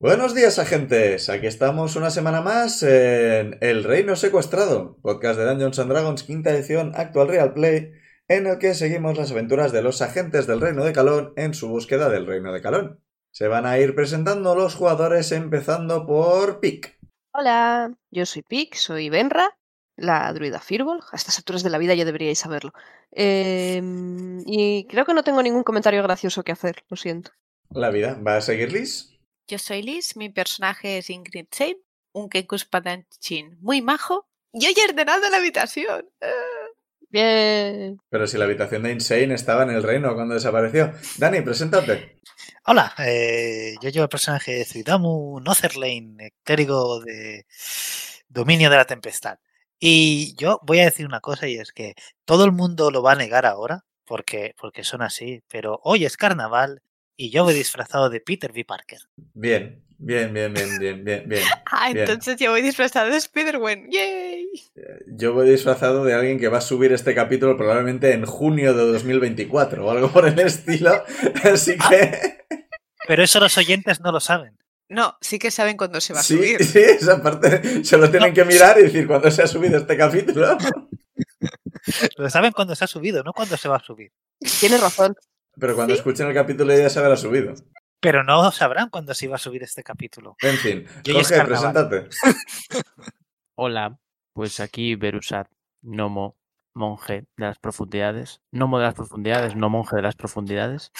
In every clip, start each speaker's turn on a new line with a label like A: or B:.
A: Buenos días, agentes. Aquí estamos una semana más en El Reino Secuestrado, podcast de Dungeons and Dragons, quinta edición, actual Real Play, en el que seguimos las aventuras de los agentes del Reino de Calón en su búsqueda del Reino de Calón. Se van a ir presentando los jugadores, empezando por Pic.
B: Hola, yo soy Pic, soy Benra, la druida Firbol. A estas alturas de la vida ya deberíais saberlo. Eh, y creo que no tengo ningún comentario gracioso que hacer, lo siento.
A: La vida. ¿Va a seguir Liz?
C: Yo soy Liz, mi personaje es Ingrid Shame, un Kenkus Padanchin muy majo. Yo he ordenado la habitación. Ah.
B: Bien.
A: Pero si la habitación de Insane estaba en el reino cuando desapareció. Dani, preséntate.
D: Hola, eh, yo llevo el personaje de Zuidamu Notherlane, eh, clérigo de dominio de la tempestad. Y yo voy a decir una cosa y es que todo el mundo lo va a negar ahora porque, porque son así, pero hoy es carnaval y yo voy disfrazado de Peter B. Parker.
A: Bien, bien, bien, bien, bien, bien, bien.
C: Ah,
A: Bien.
C: entonces yo voy disfrazado de Spiderman. ¡Yay!
A: Yo voy disfrazado de alguien que va a subir este capítulo probablemente en junio de 2024 o algo por el estilo. Así
C: Ah,
A: que...
D: Pero eso los oyentes no lo saben.
C: No, sí que saben cuándo se va a
A: Sí,
C: subir.
A: sí, esa parte se lo tienen que mirar y decir cuándo se ha subido este capítulo.
D: Lo saben cuando se ha subido, no cuando se va a subir.
B: Tienes razón.
A: Pero cuando escuchen el capítulo ya se habrá subido.
D: Pero no sabrán cuándo se iba a subir este capítulo.
A: En fin,
D: Y hoy es
A: Jorge,
D: carnaval.
A: preséntate.
E: Hola, pues aquí Berusat, gnomo, monje de las profundidades, gnomo de las profundidades, no monje de las profundidades,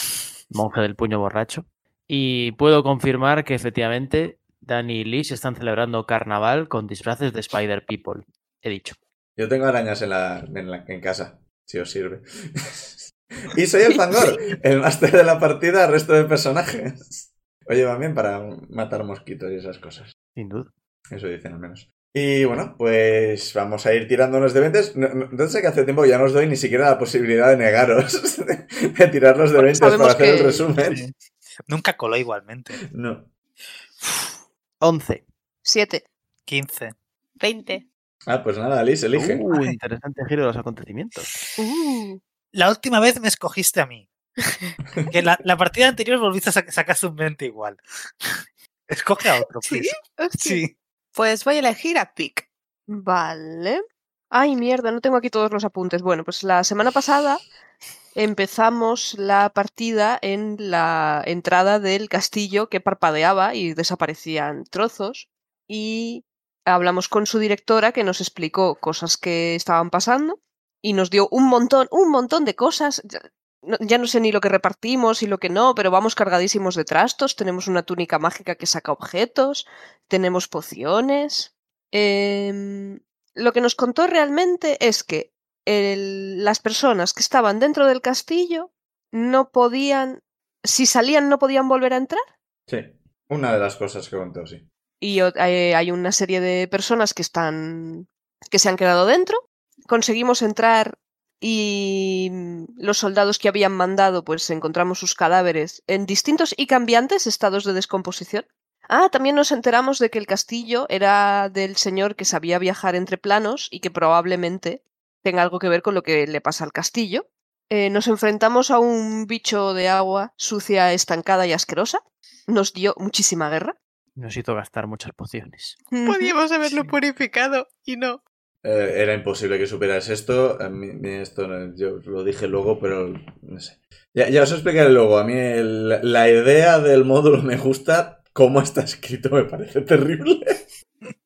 E: monje del puño borracho. Y puedo confirmar que efectivamente Dani y Liz están celebrando carnaval con disfraces de Spider People. He dicho.
A: Yo tengo arañas en, la, en, la- en casa, si os sirve. y soy el Fangor, el máster de la partida al resto de personajes. Oye, van bien para matar mosquitos y esas cosas.
E: Sin duda.
A: Eso dicen al menos. Y bueno, pues vamos a ir tirándonos de ventas. No, no- no sé que hace tiempo ya no os doy ni siquiera la posibilidad de negaros, de tirarnos de
B: Porque
A: ventas para
B: sabemos
A: hacer el
B: que-
A: resumen.
D: Nunca coló igualmente.
A: No.
E: 11.
B: Siete.
D: 15.
C: 20.
A: Ah, pues nada, Alice, elige.
E: Uh, interesante giro de los acontecimientos.
B: Uh,
D: La última vez me escogiste a mí. Que la, la partida anterior volviste a sa- sacaste un 20 igual. Escoge a otro,
C: ¿Sí?
D: please.
C: Hostia.
D: Sí.
C: Pues voy a elegir a Pic.
B: Vale. Ay, mierda, no tengo aquí todos los apuntes. Bueno, pues la semana pasada empezamos la partida en la entrada del castillo que parpadeaba y desaparecían trozos. Y hablamos con su directora que nos explicó cosas que estaban pasando y nos dio un montón, un montón de cosas. Ya no, ya no sé ni lo que repartimos y lo que no, pero vamos cargadísimos de trastos. Tenemos una túnica mágica que saca objetos, tenemos pociones. Em, lo que nos contó realmente es que el- las personas que estaban dentro del castillo no podían, si salían no podían volver a entrar.
A: Sí. Una de las cosas que contó, sí.
B: Y o- eh, hay una serie de personas que están, que se han quedado dentro. Conseguimos entrar y mm, los soldados que habían mandado, pues encontramos sus cadáveres en distintos y cambiantes estados de descomposición. Ah, también nos enteramos de que el castillo era del señor que sabía viajar entre planos y que probablemente tenga algo que ver con lo que le pasa al castillo. Eh, nos enfrentamos a un bicho de agua sucia, estancada y asquerosa. Nos dio muchísima guerra.
E: Nos hizo gastar muchas pociones.
C: Podíamos haberlo
D: Sí.
C: purificado y no.
A: Eh, era imposible que supieras esto. A mí, mí esto no- yo lo dije luego, pero no sé. Ya, ya os explicaré luego. A mí el- la idea del módulo me gusta. Cómo está escrito me parece terrible.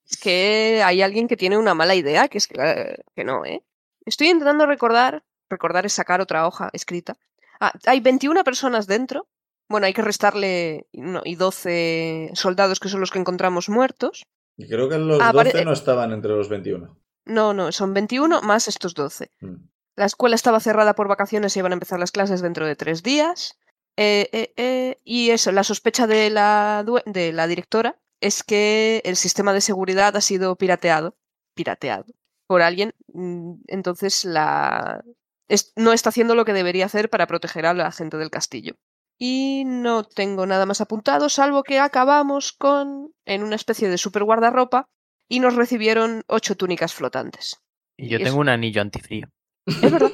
B: Es que hay alguien que tiene una mala idea, que es que, eh, que no, ¿eh? Estoy intentando recordar, recordar es sacar otra hoja escrita. Ah, hay 21 personas dentro. Bueno, hay que restarle no, y 12 soldados que son los que encontramos muertos.
A: Y creo que los
B: Ah,
A: 12
B: pare-
A: no estaban entre los 21.
B: No, no, son 21 más estos 12.
A: Mm.
B: e La escuela estaba cerrada por vacaciones y iban a empezar las clases dentro de tres días. Eh, eh, eh, Y eso, la sospecha de la, due- de la directora es que el sistema de seguridad ha sido pirateado, pirateado por alguien. mm, Entonces la es- no está haciendo lo que debería hacer para proteger a la gente del castillo. Y no tengo nada más apuntado, salvo que acabamos con en una especie de super guardarropa y nos recibieron ocho túnicas flotantes.
E: Y yo
B: Y
E: tengo
B: eso.
E: un anillo antifrío.
B: Es verdad.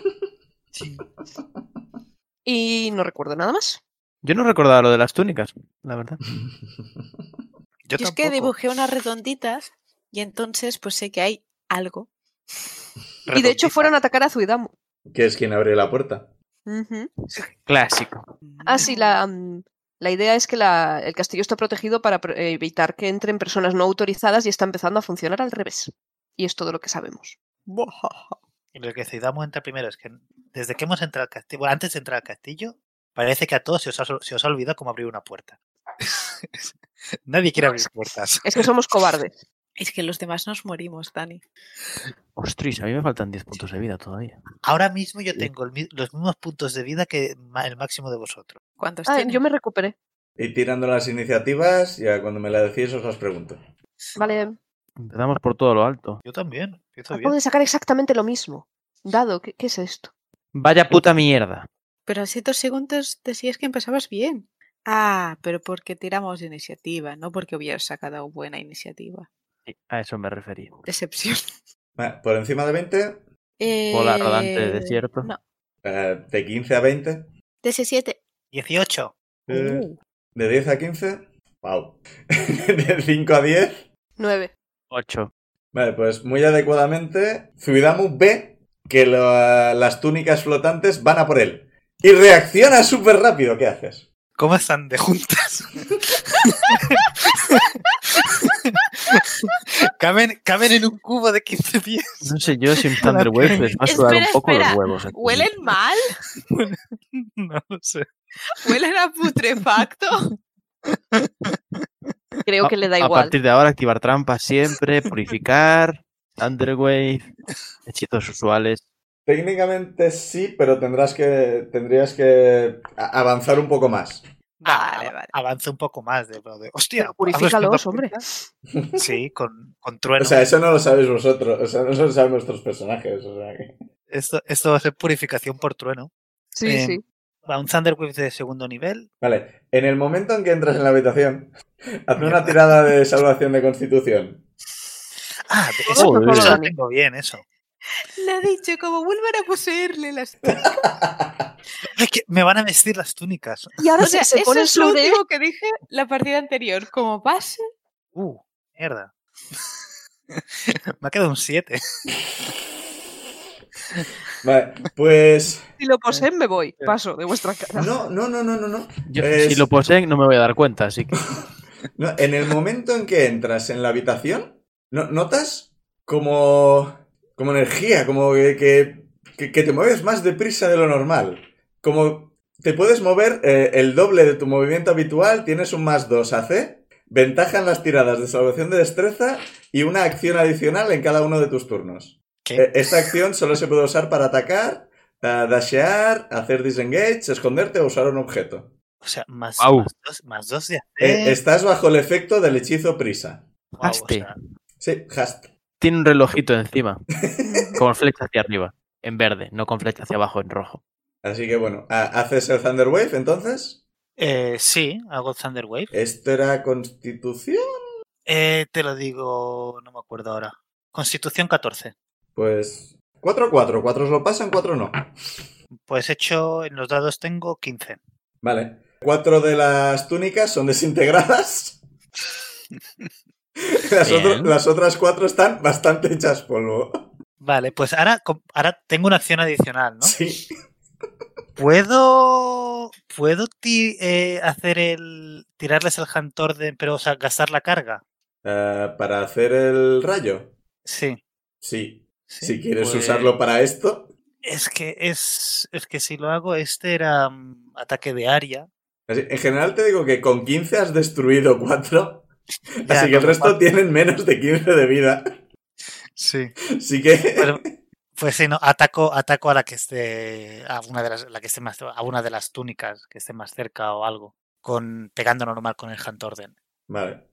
B: Y no recuerdo nada más.
E: Yo no recordaba lo de las túnicas, la verdad.
D: Yo
C: Yo es
D: tampoco.
C: que dibujé unas redonditas y entonces pues sé que hay algo.
B: Y de hecho fueron a atacar a Zuidamu.
A: que es quien abrió la puerta.
B: Ujú.
E: Clásico.
B: Ah, sí, la, mm, la idea es que la- el castillo está protegido para pro- eh, evitar que entren personas no autorizadas y está empezando a funcionar al revés. Y es todo lo que sabemos.
D: Y lo que Zuidamo entra primero es que desde que hemos entrado al castillo, bueno, antes de entrar al castillo, parece que a todos se os ha, se os ha olvidado cómo abrir una puerta. Nadie quiere abrir puertas.
B: Es que somos cobardes.
C: Es que los demás nos morimos, Dani.
E: Ostras, a mí me faltan 10 puntos de vida todavía.
D: Ahora mismo yo tengo el mi- los mismos puntos de vida que ma- el máximo de vosotros.
E: Pues
C: ¿Cuántos
B: Ah,
C: tienen?
B: yo me recuperé.
A: Y tirando las iniciativas, ya cuando me las decís os las pregunto.
B: Vale,
E: Empezamos por todo lo alto.
D: Yo también. Empiezo
B: acabo
D: bien.
B: de sacar exactamente lo mismo. Dado, ¿qué, qué es esto?
E: Vaya puta mierda.
C: Pero hace dos segundos decías que empezabas bien. Ah, pero porque tiramos de iniciativa, no porque hubieras sacado buena iniciativa.
E: Sí, A eso me refería.
C: Decepción.
A: Va, Ah, Por encima de 20,
E: Bola rodante de
C: Eh,
E: desierto.
C: No,
A: eh, de 15 a 20,
C: 17.
D: 18.
A: eh,
C: Uh,
A: de 10 a 15, wow. de 5 a 10.
B: Nueve.
E: 8.
A: Vale, pues muy adecuadamente, Zuidamu ve que la- las túnicas flotantes van a por él. Y reacciona súper rápido, ¿qué haces?
D: ¿Cómo están de juntas? caben, caben en un cubo de 15 pies.
E: No sé yo si un Thunder Wave les va a sudar
C: Espera,
E: un poco
C: espera.
E: los huevos. aquí.
C: ¿Huelen mal?
D: No lo sé.
C: ¿Huelen a putrefacto?
B: Creo
E: Ah,
B: que le da
E: A
B: igual.
E: partir de ahora, activar trampas siempre, purificar, Thunder Wave, hechizos usuales.
A: Técnicamente sí, pero tendrás que, tendrías que a- avanzar un poco más.
C: Vale, vale.
D: Avanza un poco más. De, lo de- hostia,
B: Pero
D: abres
B: Purifícalos,
D: la
B: hombre.
D: puerta. Sí, con, con trueno.
A: O sea, eso no lo sabéis vosotros, o sea, no lo saben nuestros personajes. O sea, que-
D: esto, esto va a ser purificación por trueno.
B: Sí,
D: Eh,
B: sí.
D: Va un Thunderwave de segundo nivel.
A: Vale, en el momento en que entras en la habitación, haz una tirada de salvación de constitución.
D: Ah, de-
A: Oh,
D: eso,
E: Joder.
D: eso lo
B: Dani.
D: tengo bien, eso.
C: Le ha dicho, como vuelvan a poseerle las...
D: Es que me van a vestir las túnicas.
B: Y ahora
C: O sea,
B: se, se
C: eso
B: pone
C: es lo
B: sobre
C: último que dije la partida anterior. Como pase,
D: Uh, mierda. me ha quedado un 7.
A: Vale, pues...
B: si lo poseen me voy. Paso de vuestra cara.
A: No, no, no, no, no, no.
E: Yo,
A: Es-
E: Si lo poseen, no me voy a dar cuenta, así que.
A: No, en el momento en que entras en la habitación, no- notas como, como energía, como que, que- que- que te mueves más deprisa de lo normal. Como te puedes mover eh, el doble de tu movimiento habitual, tienes un más 2 AC, ventaja en las tiradas de salvación de destreza y una acción adicional en cada uno de tus turnos.
D: ¿Qué?
A: Eh, Esta acción solo se puede usar para atacar, eh, dashear, hacer disengage, esconderte o usar un objeto.
D: O sea, más,
E: Guau.
D: más dos, más dos de
A: Eh,
D: hacer.
A: estás bajo el efecto del hechizo prisa.
D: Guau, o
E: Hazte.
D: sea,
A: Sí, hast.
E: Tiene un relojito encima, con flecha hacia arriba, en verde, no con flecha hacia abajo, en rojo.
A: Así que bueno, ah, haces el Thunder Wave entonces.
D: eh, sí, hago Thunder Wave.
A: ¿Esto era constitución?
D: Eh, te lo digo, no me acuerdo ahora. Constitución 14.
A: Pues 4-4, 4 os lo pasan, 4 no.
D: Pues hecho, en los dados tengo 15.
A: Vale. 4 de las túnicas son desintegradas. Las,
E: Bien.
A: otro- las otras 4 están bastante hechas polvo.
D: Vale, pues ahora, com- ahora tengo una acción adicional, ¿no?
A: Sí.
D: ¿Puedo, puedo ti- eh, hacer el, tirarles el Hantor, de, pero o sea, gastar la carga?
A: Eh, para hacer el rayo.
D: Sí.
A: Sí.
D: sí,
A: Si quieres
D: pues-
A: usarlo para esto.
D: Es que, es, es que si lo hago, este era mm, ataque de área.
A: Así- en general te digo que con 15 has destruido 4.
D: Ya,
A: así
D: con
A: que el
D: lo
A: resto
D: cual-
A: tienen menos de 15 de vida.
D: Sí.
A: Así que...
D: Pero- Pues, Pues sí, no, ataco, ataco a la que esté, a una de las, la que esté más, a una de las túnicas que esté más cerca o algo, con pegando normal con el Hantorden.
A: Vale.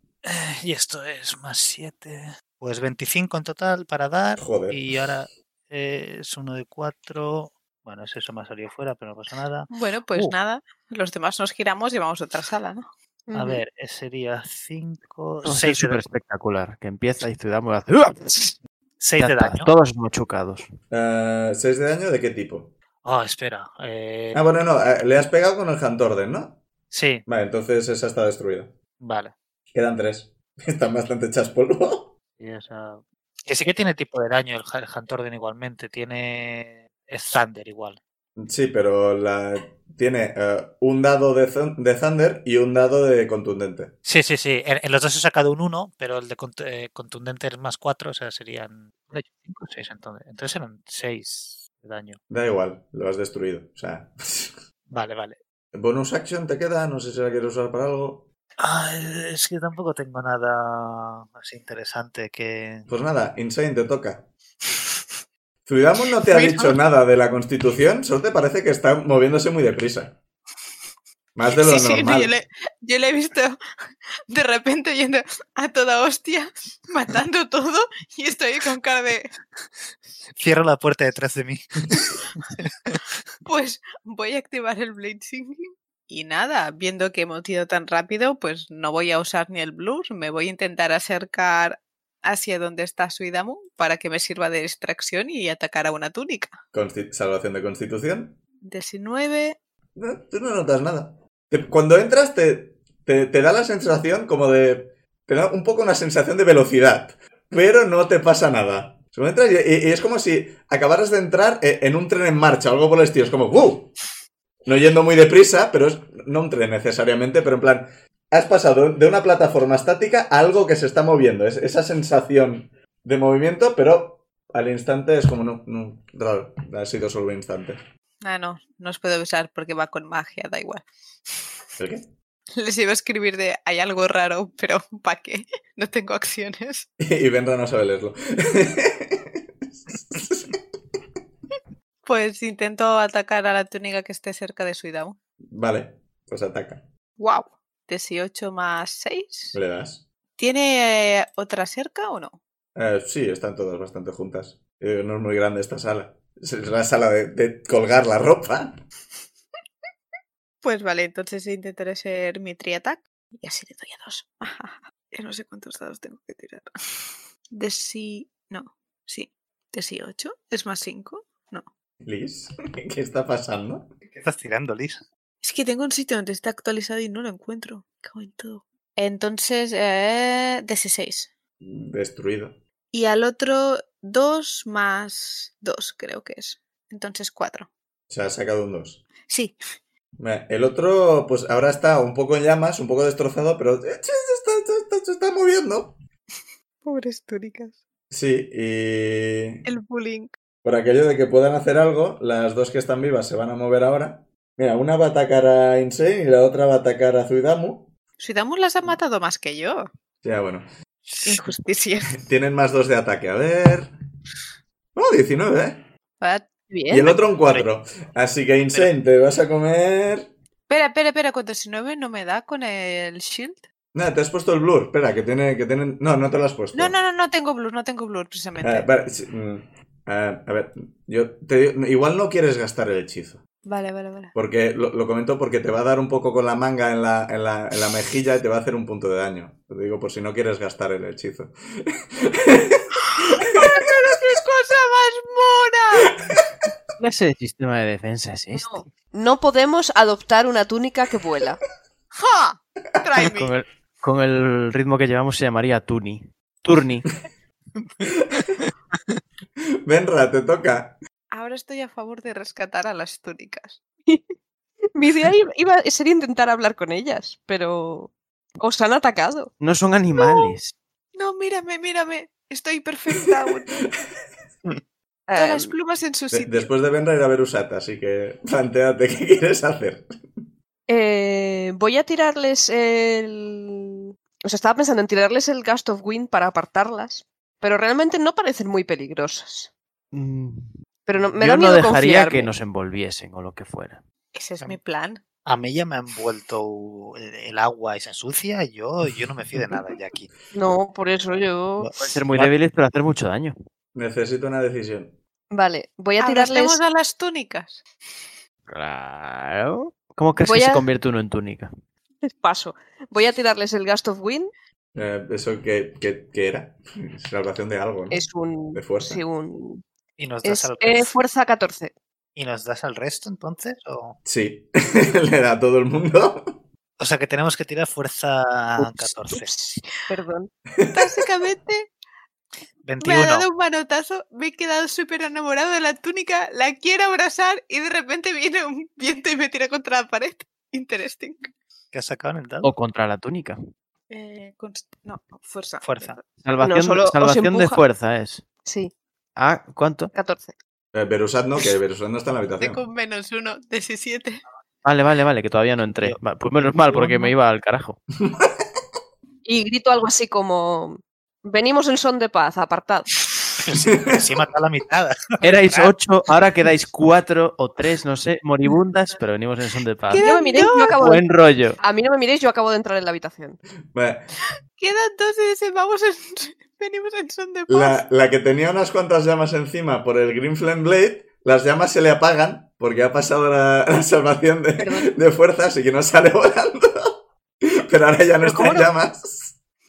D: Y esto es más 7. Pues 25 en total para dar.
A: Joder.
D: Y ahora eh, es uno de 4. Bueno, es eso me ha salido fuera, pero no pasa nada.
C: Bueno, pues
D: Uh.
C: nada, los demás nos giramos y vamos a otra sala, ¿no?
D: A ver, eh, sería 5,
E: Es
D: 6
E: súper
D: de,
E: espectacular. Que empieza y Zuidamo hace.
D: seis de
E: Ya está,
D: daño.
E: Todos machucados.
A: Eh, ¿Seis de daño de qué tipo?
D: Oh, espera. eh,
A: Ah, bueno, no. eh, le has pegado con el Hantorden, ¿no?
D: sí,
A: Vale, entonces esa está destruida.
D: vale.
A: Quedan tres. Están bastante hechas polvo.
D: Y esa- Que sí que tiene tipo de daño el, Ha- el Hantorden igualmente. Tiene. Es Thunder igual.
A: Sí, pero la... tiene eh, un dado de, thun- de Thunder y un dado de contundente.
D: Sí, sí, sí. En, en los dos he sacado un 1, pero el de cont- eh, contundente es más 4, o sea, serían. 5 o 6 entonces. Entonces eran 6 de daño.
A: Da igual, lo has destruido. O sea,
D: Vale, vale.
A: bonus action te queda, no sé si la quieres usar para algo.
D: Ah, es que tampoco tengo nada más interesante que.
A: Pues nada, Insane te toca. Zuidamon no te ha dicho nada de la constitución, solo te parece que está moviéndose muy deprisa. Más de lo
C: sí, sí, no,
A: normal.
C: yo, le, yo le he visto de repente yendo a toda hostia, matando todo y estoy con cara de,
D: Cierro la puerta detrás de mí.
C: pues voy a activar el Blade Singing. Y nada, viendo que hemos ido tan rápido, pues no voy a usar ni el Blur, me voy a intentar acercar hacia donde está Suidamu para que me sirva de distracción y atacar a una túnica.
A: Consti- Salvación de constitución.
C: 19,
A: No, tú no notas nada. Te- cuando entras te, te, te da la sensación como de... Te da un poco una sensación de velocidad, pero no te pasa nada. Cuando entras y, y- y es como si acabaras de entrar e- en un tren en marcha o algo por el estilo. Es como ¡wow! No yendo muy deprisa, pero es no un tren necesariamente, pero en plan... Has pasado de una plataforma estática a algo que se está moviendo. Es esa sensación de movimiento, pero al instante es como no, no, raro. Ha sido solo un instante.
C: Ah, no, no os puedo usar porque va con magia, da igual.
A: ¿El qué?
C: Les iba a escribir de hay algo raro, pero ¿para qué? No tengo acciones.
A: Y Benra no sabe leerlo.
C: Pues intento atacar a la túnica que esté cerca de Suidao.
A: vale, pues ataca.
C: ¡Wow! 18 más 6.
A: ¿Le das?
C: ¿Tiene eh, otra cerca o no?
A: Eh, sí, están todas bastante juntas. Eh, no es muy grande esta sala. Es la sala de, de colgar la ropa.
C: Pues vale, entonces intentaré ser mi tri-attack. Y así le doy a dos. Ya no sé cuántos dados tengo que tirar. De si. No, sí. 18 es más 5.
A: Liz, ¿qué, qué está pasando?
D: ¿Qué estás tirando, Liz?
C: Es que tengo un sitio donde está actualizado y no lo encuentro. Me Cago en todo. Entonces, eh, 16.
A: Destruido.
C: Y al otro, 2 más 2, creo que es. Entonces, 4.
A: Se ha sacado un 2.
C: Sí.
A: El otro, pues ahora está un poco en llamas, un poco destrozado, pero eh, se está, se está- se está moviendo.
C: Pobres túnicas.
A: Sí, y...
C: El bullying.
A: Por aquello de que puedan hacer algo, las dos que están vivas se van a mover ahora. Mira, una va a atacar a Insane y la otra va a atacar a Zuidamu.
C: Suidamus las
A: Mm.
C: ha matado más que yo.
A: Ya, bueno.
C: Injusticia.
A: Tienen más dos de ataque, a ver. Oh, 19, ¿eh?
C: Va bien.
A: Y el otro un 4. Así que Insane, te vas a comer.
C: Espera, espera, espera. Con 19 no me da con el shield.
A: Nada, te has puesto el blur. Espera, que tiene, que tienen. No, no te lo has puesto.
C: No, no, no, no tengo blur, no tengo blur precisamente.
A: Ah, vale, sí, mm, ah, a ver, yo te digo- igual no quieres gastar el hechizo.
C: Vale, vale, vale.
A: Porque lo, lo comento porque te va a dar un poco con la manga en la, en la- en la mejilla y te va a hacer un punto de daño. Te digo por si no quieres gastar el hechizo.
C: ¡Qué cosa más mona!
E: ¿Qué clase de sistema de defensa es este?
B: No, no podemos adoptar una túnica que vuela.
C: ¡Ja! Try me.
E: Con el, con el ritmo que llevamos se llamaría Tuni. Turni.
A: Benra, te toca.
C: Ahora estoy a favor de rescatar a las túnicas.
B: Mi idea i- iba, sería intentar hablar con ellas, pero os han atacado.
E: No son animales.
C: No, mírame, mírame. Estoy perfecta aún. Todas las
B: Em,
C: plumas en su
A: De-
C: sitio.
A: después de Benra ir a ver Usata, así que planteate qué quieres hacer.
B: eh, voy a tirarles el... O sea, estaba pensando en tirarles el Gust of Wind para apartarlas, pero realmente no parecen muy peligrosas.
E: Mm,
B: Pero no, me
E: Yo
B: da
E: no
B: miedo
E: dejaría que
B: confiarme.
E: nos envolviesen o lo que fuera.
C: Ese es
D: Am-
C: mi plan.
D: A mí ya me han vuelto el, el agua y se ensucia. Yo, yo no me fío de nada ya aquí.
B: No, por eso yo.
D: No,
E: Pueden ser muy
D: Va-
E: débiles, pero hacer mucho daño.
A: Necesito una decisión.
B: Vale, voy a tirarles.
C: ¿Adaptemos a las túnicas?
E: Claro. ¿Cómo crees
B: Voy
E: que se
B: a-
E: convierte uno en túnica?
B: Paso. Voy a tirarles el Gast of Wind.
A: Eh, ¿Eso qué, qué- qué era? Salvación de algo, ¿no?
B: Es un.
A: De fuerza.
B: sí, un-
D: ¿Y nos, das
B: Es
D: al
B: eh,
D: resto,
B: fuerza 14.
D: ¿Y nos das al resto entonces? O,
A: Sí, le da a todo el mundo.
D: o sea que tenemos que tirar fuerza 14.
B: Ups, perdón.
C: Básicamente, me
D: 21.
C: ha dado un manotazo, me he quedado súper enamorado de la túnica, la quiero abrazar y de repente viene un viento y me tira contra la pared. Interesting.
D: que has sacado en el dado.
E: O contra la túnica.
C: Eh, const- No, fuerza.
D: Fuerza.
E: Salvación,
B: solo os
E: salvación de
B: empuja.
E: fuerza es.
B: Sí,
E: Ah, ¿cuánto?
B: 14.
A: Eh, Berusat no, que Berusat no está en la
C: De
A: habitación.
C: con menos uno, 17.
E: Vale, vale, vale, que todavía no entré.
D: Yo-
E: Va, Pues menos mal, porque me iba al carajo.
B: Y grito algo así como. Venimos en son de paz, apartad.
D: Pero sí, pero sí he matado la mitad.
E: Erais ocho, ahora quedáis cuatro o tres, no sé, moribundas, pero venimos en son de paz.
C: ¿Qué?
B: No me miréis, yo acabo de...
E: Buen rollo.
B: A mí no me miréis, yo acabo de entrar en la habitación.
A: Vale,
C: Quedan dos y dice, vamos en... venimos en son de paz.
A: La,
B: Pues
A: la que tenía unas cuantas llamas encima por el Green Flame Blade, las llamas se le apagan porque ha pasado la, la salvación de,
B: Perdón.
A: de fuerzas y que no sale volando. Pero ahora ya no
B: Pero
A: están
B: ¿cómo no?
A: llamas.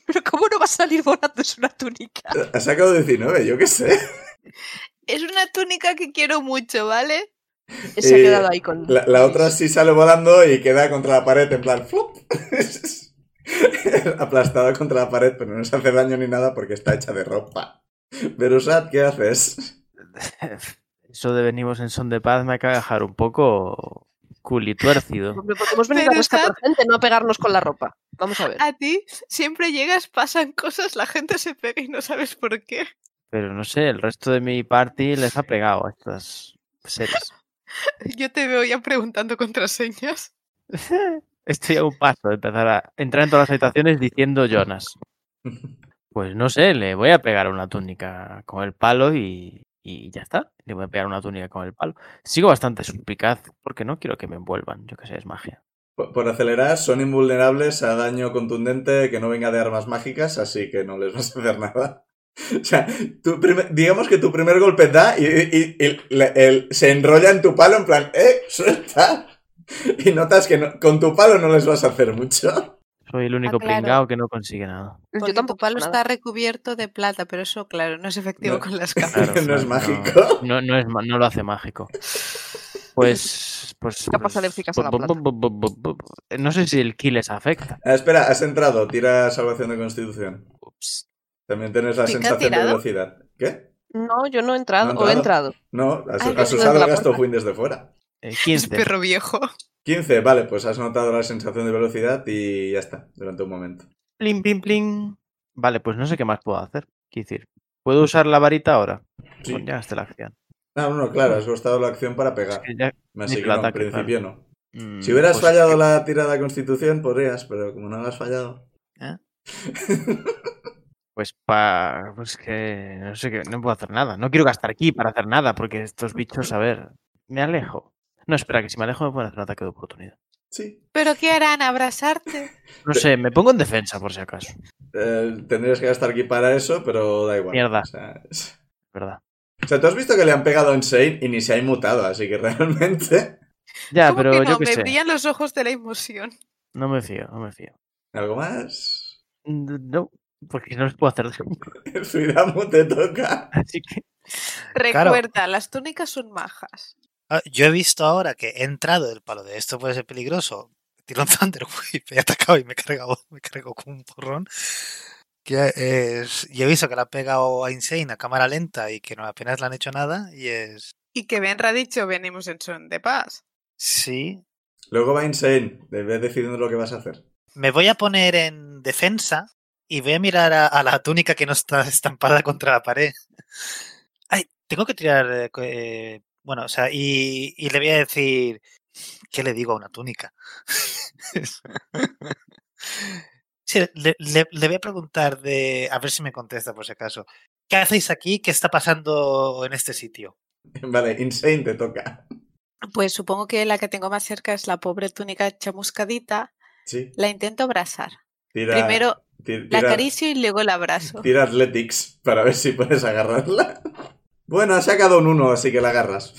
B: Pero ¿cómo no va a salir volando? Es una túnica.
A: Ha sacado 19, yo qué sé.
C: Es una túnica que quiero mucho, ¿vale?
B: Se ha
A: Eh,
B: quedado ahí con.
A: La, la otra sí sale volando y queda contra la pared en plan ¡flup! Aplastada contra la pared, pero no se hace daño ni nada porque está hecha de ropa. Berusat, ¿qué haces?
E: Eso de venimos en son de paz me acaba de dejar un poco culituércido.
B: Hombre, porque hemos venido a
C: Pero
B: rescatar
C: está- Ah,
B: gente, no a pegarnos con la ropa. Vamos a ver.
C: A ti siempre llegas, pasan cosas, la gente se pega y no sabes por qué.
E: Pero no sé, el resto de mi party les ha pegado a estas series.
C: Yo te veo ya preguntando contraseñas.
E: Estoy a un paso de empezar a entrar en todas las habitaciones diciendo Jonas. Pues no sé, le voy a pegar una túnica con el palo y, y ya está. Le voy a pegar una túnica con el palo. Sigo bastante suspicaz porque no quiero que me envuelvan. Yo que sé, es magia.
A: Por, por acelerar, son invulnerables a daño contundente que no venga de armas mágicas, así que no les vas a hacer nada. O sea, tu primer- digamos que tu primer golpe da y, y- y le- el- se enrolla en tu palo en plan, ¡eh! ¡Suelta! Y notas que no- con tu palo no les vas a hacer mucho.
E: Soy el
B: Ah,
E: único
C: claro.
E: pringao que no consigue nada.
C: Pues
B: yo tampoco.
C: palo
B: nada.
C: está recubierto de plata, pero eso, claro, no es efectivo
A: No.
C: con las
A: Claro.
C: cámaras.
A: No es mágico.
E: No, no es ma- no lo hace mágico. Pues. pues
B: Capas
E: pues,
B: alérgicas a la
E: bu-
B: plata.
E: bu- bu- bu- bu- bu- pues, No sé si el ki les afecta.
A: Ah, espera, has entrado, tira salvación de constitución.
E: Ups.
A: También tienes la
C: ¿Pica
A: sensación de
C: tirado?
A: velocidad. ¿Qué?
B: No, yo no he entrado,
A: No
B: o he
A: ha
B: entrado.
A: No, has,
C: Ay,
A: has
C: yo
A: usado
B: desde la
A: el gasto
B: puerta.
A: Win desde fuera.
E: Eh,
C: Es
E: 15.
C: perro viejo.
A: 15, vale, pues has notado la sensación de velocidad y ya está, durante un momento.
E: Plin, plin, plin. Vale, pues no sé qué más puedo hacer. Quiero decir, ¿puedo usar la varita ahora?
A: Sí.
E: Pues ya gasté la acción.
A: Ah, No, no, no, claro, has gastado la acción para
E: Es
A: pegar.
E: que ya-
A: Así
E: ni
A: que
E: el
A: no, en
E: ataque,
A: principio no.
E: mm,
A: Si hubieras
E: pues es
A: fallado
E: que-
A: la tirada de constitución, podrías, pero como no la has fallado.
D: ¿Eh?
E: Pues pa... Pues que... No sé qué... No puedo hacer nada. No quiero gastar aquí para hacer nada, porque estos bichos, a ver... Me alejo. No, espera, que si me alejo me pueden hacer un ataque de oportunidad.
A: Sí.
C: ¿Pero qué harán? ¿Abrazarte?
E: No sé, me pongo en defensa, por si acaso.
A: Eh, tendrías que gastar aquí para eso, pero da igual.
E: Mierda.
A: O sea, es-
E: ¿Verdad?
A: o sea, tú has visto que le han pegado en Shane y ni se ha inmutado, así que realmente.
E: Ya,
C: ¿Cómo
E: pero
C: que no?
E: yo qué
C: Me
E: sé.
C: brillan los ojos de la emoción.
E: No me fío, no me fío.
A: ¿Algo más?
E: Mm, No, porque no les puedo hacer daño.
A: Zuidamu te toca.
E: Así que...
D: Claro.
C: Recuerda, las túnicas son majas.
D: Ah, Yo he visto ahora que he entrado el palo de esto puede ser peligroso. Tiro un Thunder Wave, he atacado y me he cargado, me he cargado con un porrón. Que es, y he visto que la ha pegado a Insane a cámara lenta y que no apenas le han hecho nada. Y es.
C: Y que Benra ha dicho, venimos en son de paz.
D: Sí.
A: Luego va Insane, de vez decidiendo lo que vas a hacer.
D: Me voy a poner en defensa y voy a mirar a, a la túnica que no está estampada contra la pared. Ay, tengo que tirar. eh, co- eh, bueno, o sea, y, y le voy a decir. ¿Qué le digo a una túnica? Sí, le, le- le voy a preguntar de. A ver si me contesta por si acaso. ¿Qué hacéis aquí? ¿Qué está pasando en este sitio?
A: Vale, Insane te toca.
C: Pues supongo que la que tengo más cerca es la pobre túnica chamuscadita.
A: Sí.
C: La intento abrazar.
A: Tira,
C: Primero
A: ti-
C: la
A: tira-
C: acaricio y luego la abrazo.
A: tira Athletics para ver si puedes agarrarla. Bueno, ha sacado un 1, así que la agarras.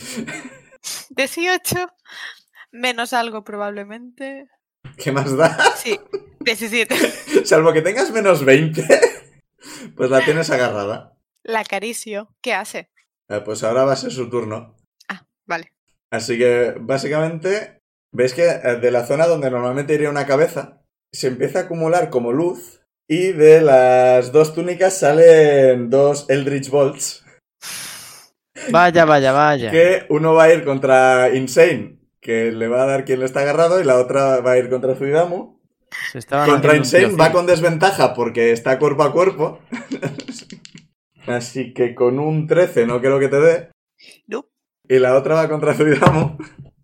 C: 18. Menos algo probablemente.
A: ¿Qué más da?
C: Sí, 17.
A: Salvo que tengas menos 20, pues la tienes agarrada.
C: La acaricio. ¿Qué hace?
A: Eh, Pues ahora va a ser su turno.
C: Vale.
A: Así que, básicamente, veis que eh, de la zona donde normalmente iría una cabeza, se empieza a acumular como luz y de las dos túnicas salen dos Eldritch Bolts,
E: Vaya, vaya, vaya.
A: que uno va a ir contra Insane, que le va a dar quien le está agarrado, y la otra va a ir contra Zuidamu.
E: Se estaban
A: Contra
E: haciendo un
A: Insane va
E: tirocinio.
A: con desventaja porque está cuerpo a cuerpo. Así que con un 13 no creo que te dé.
C: No.
A: Y la otra va contra Zuidamu.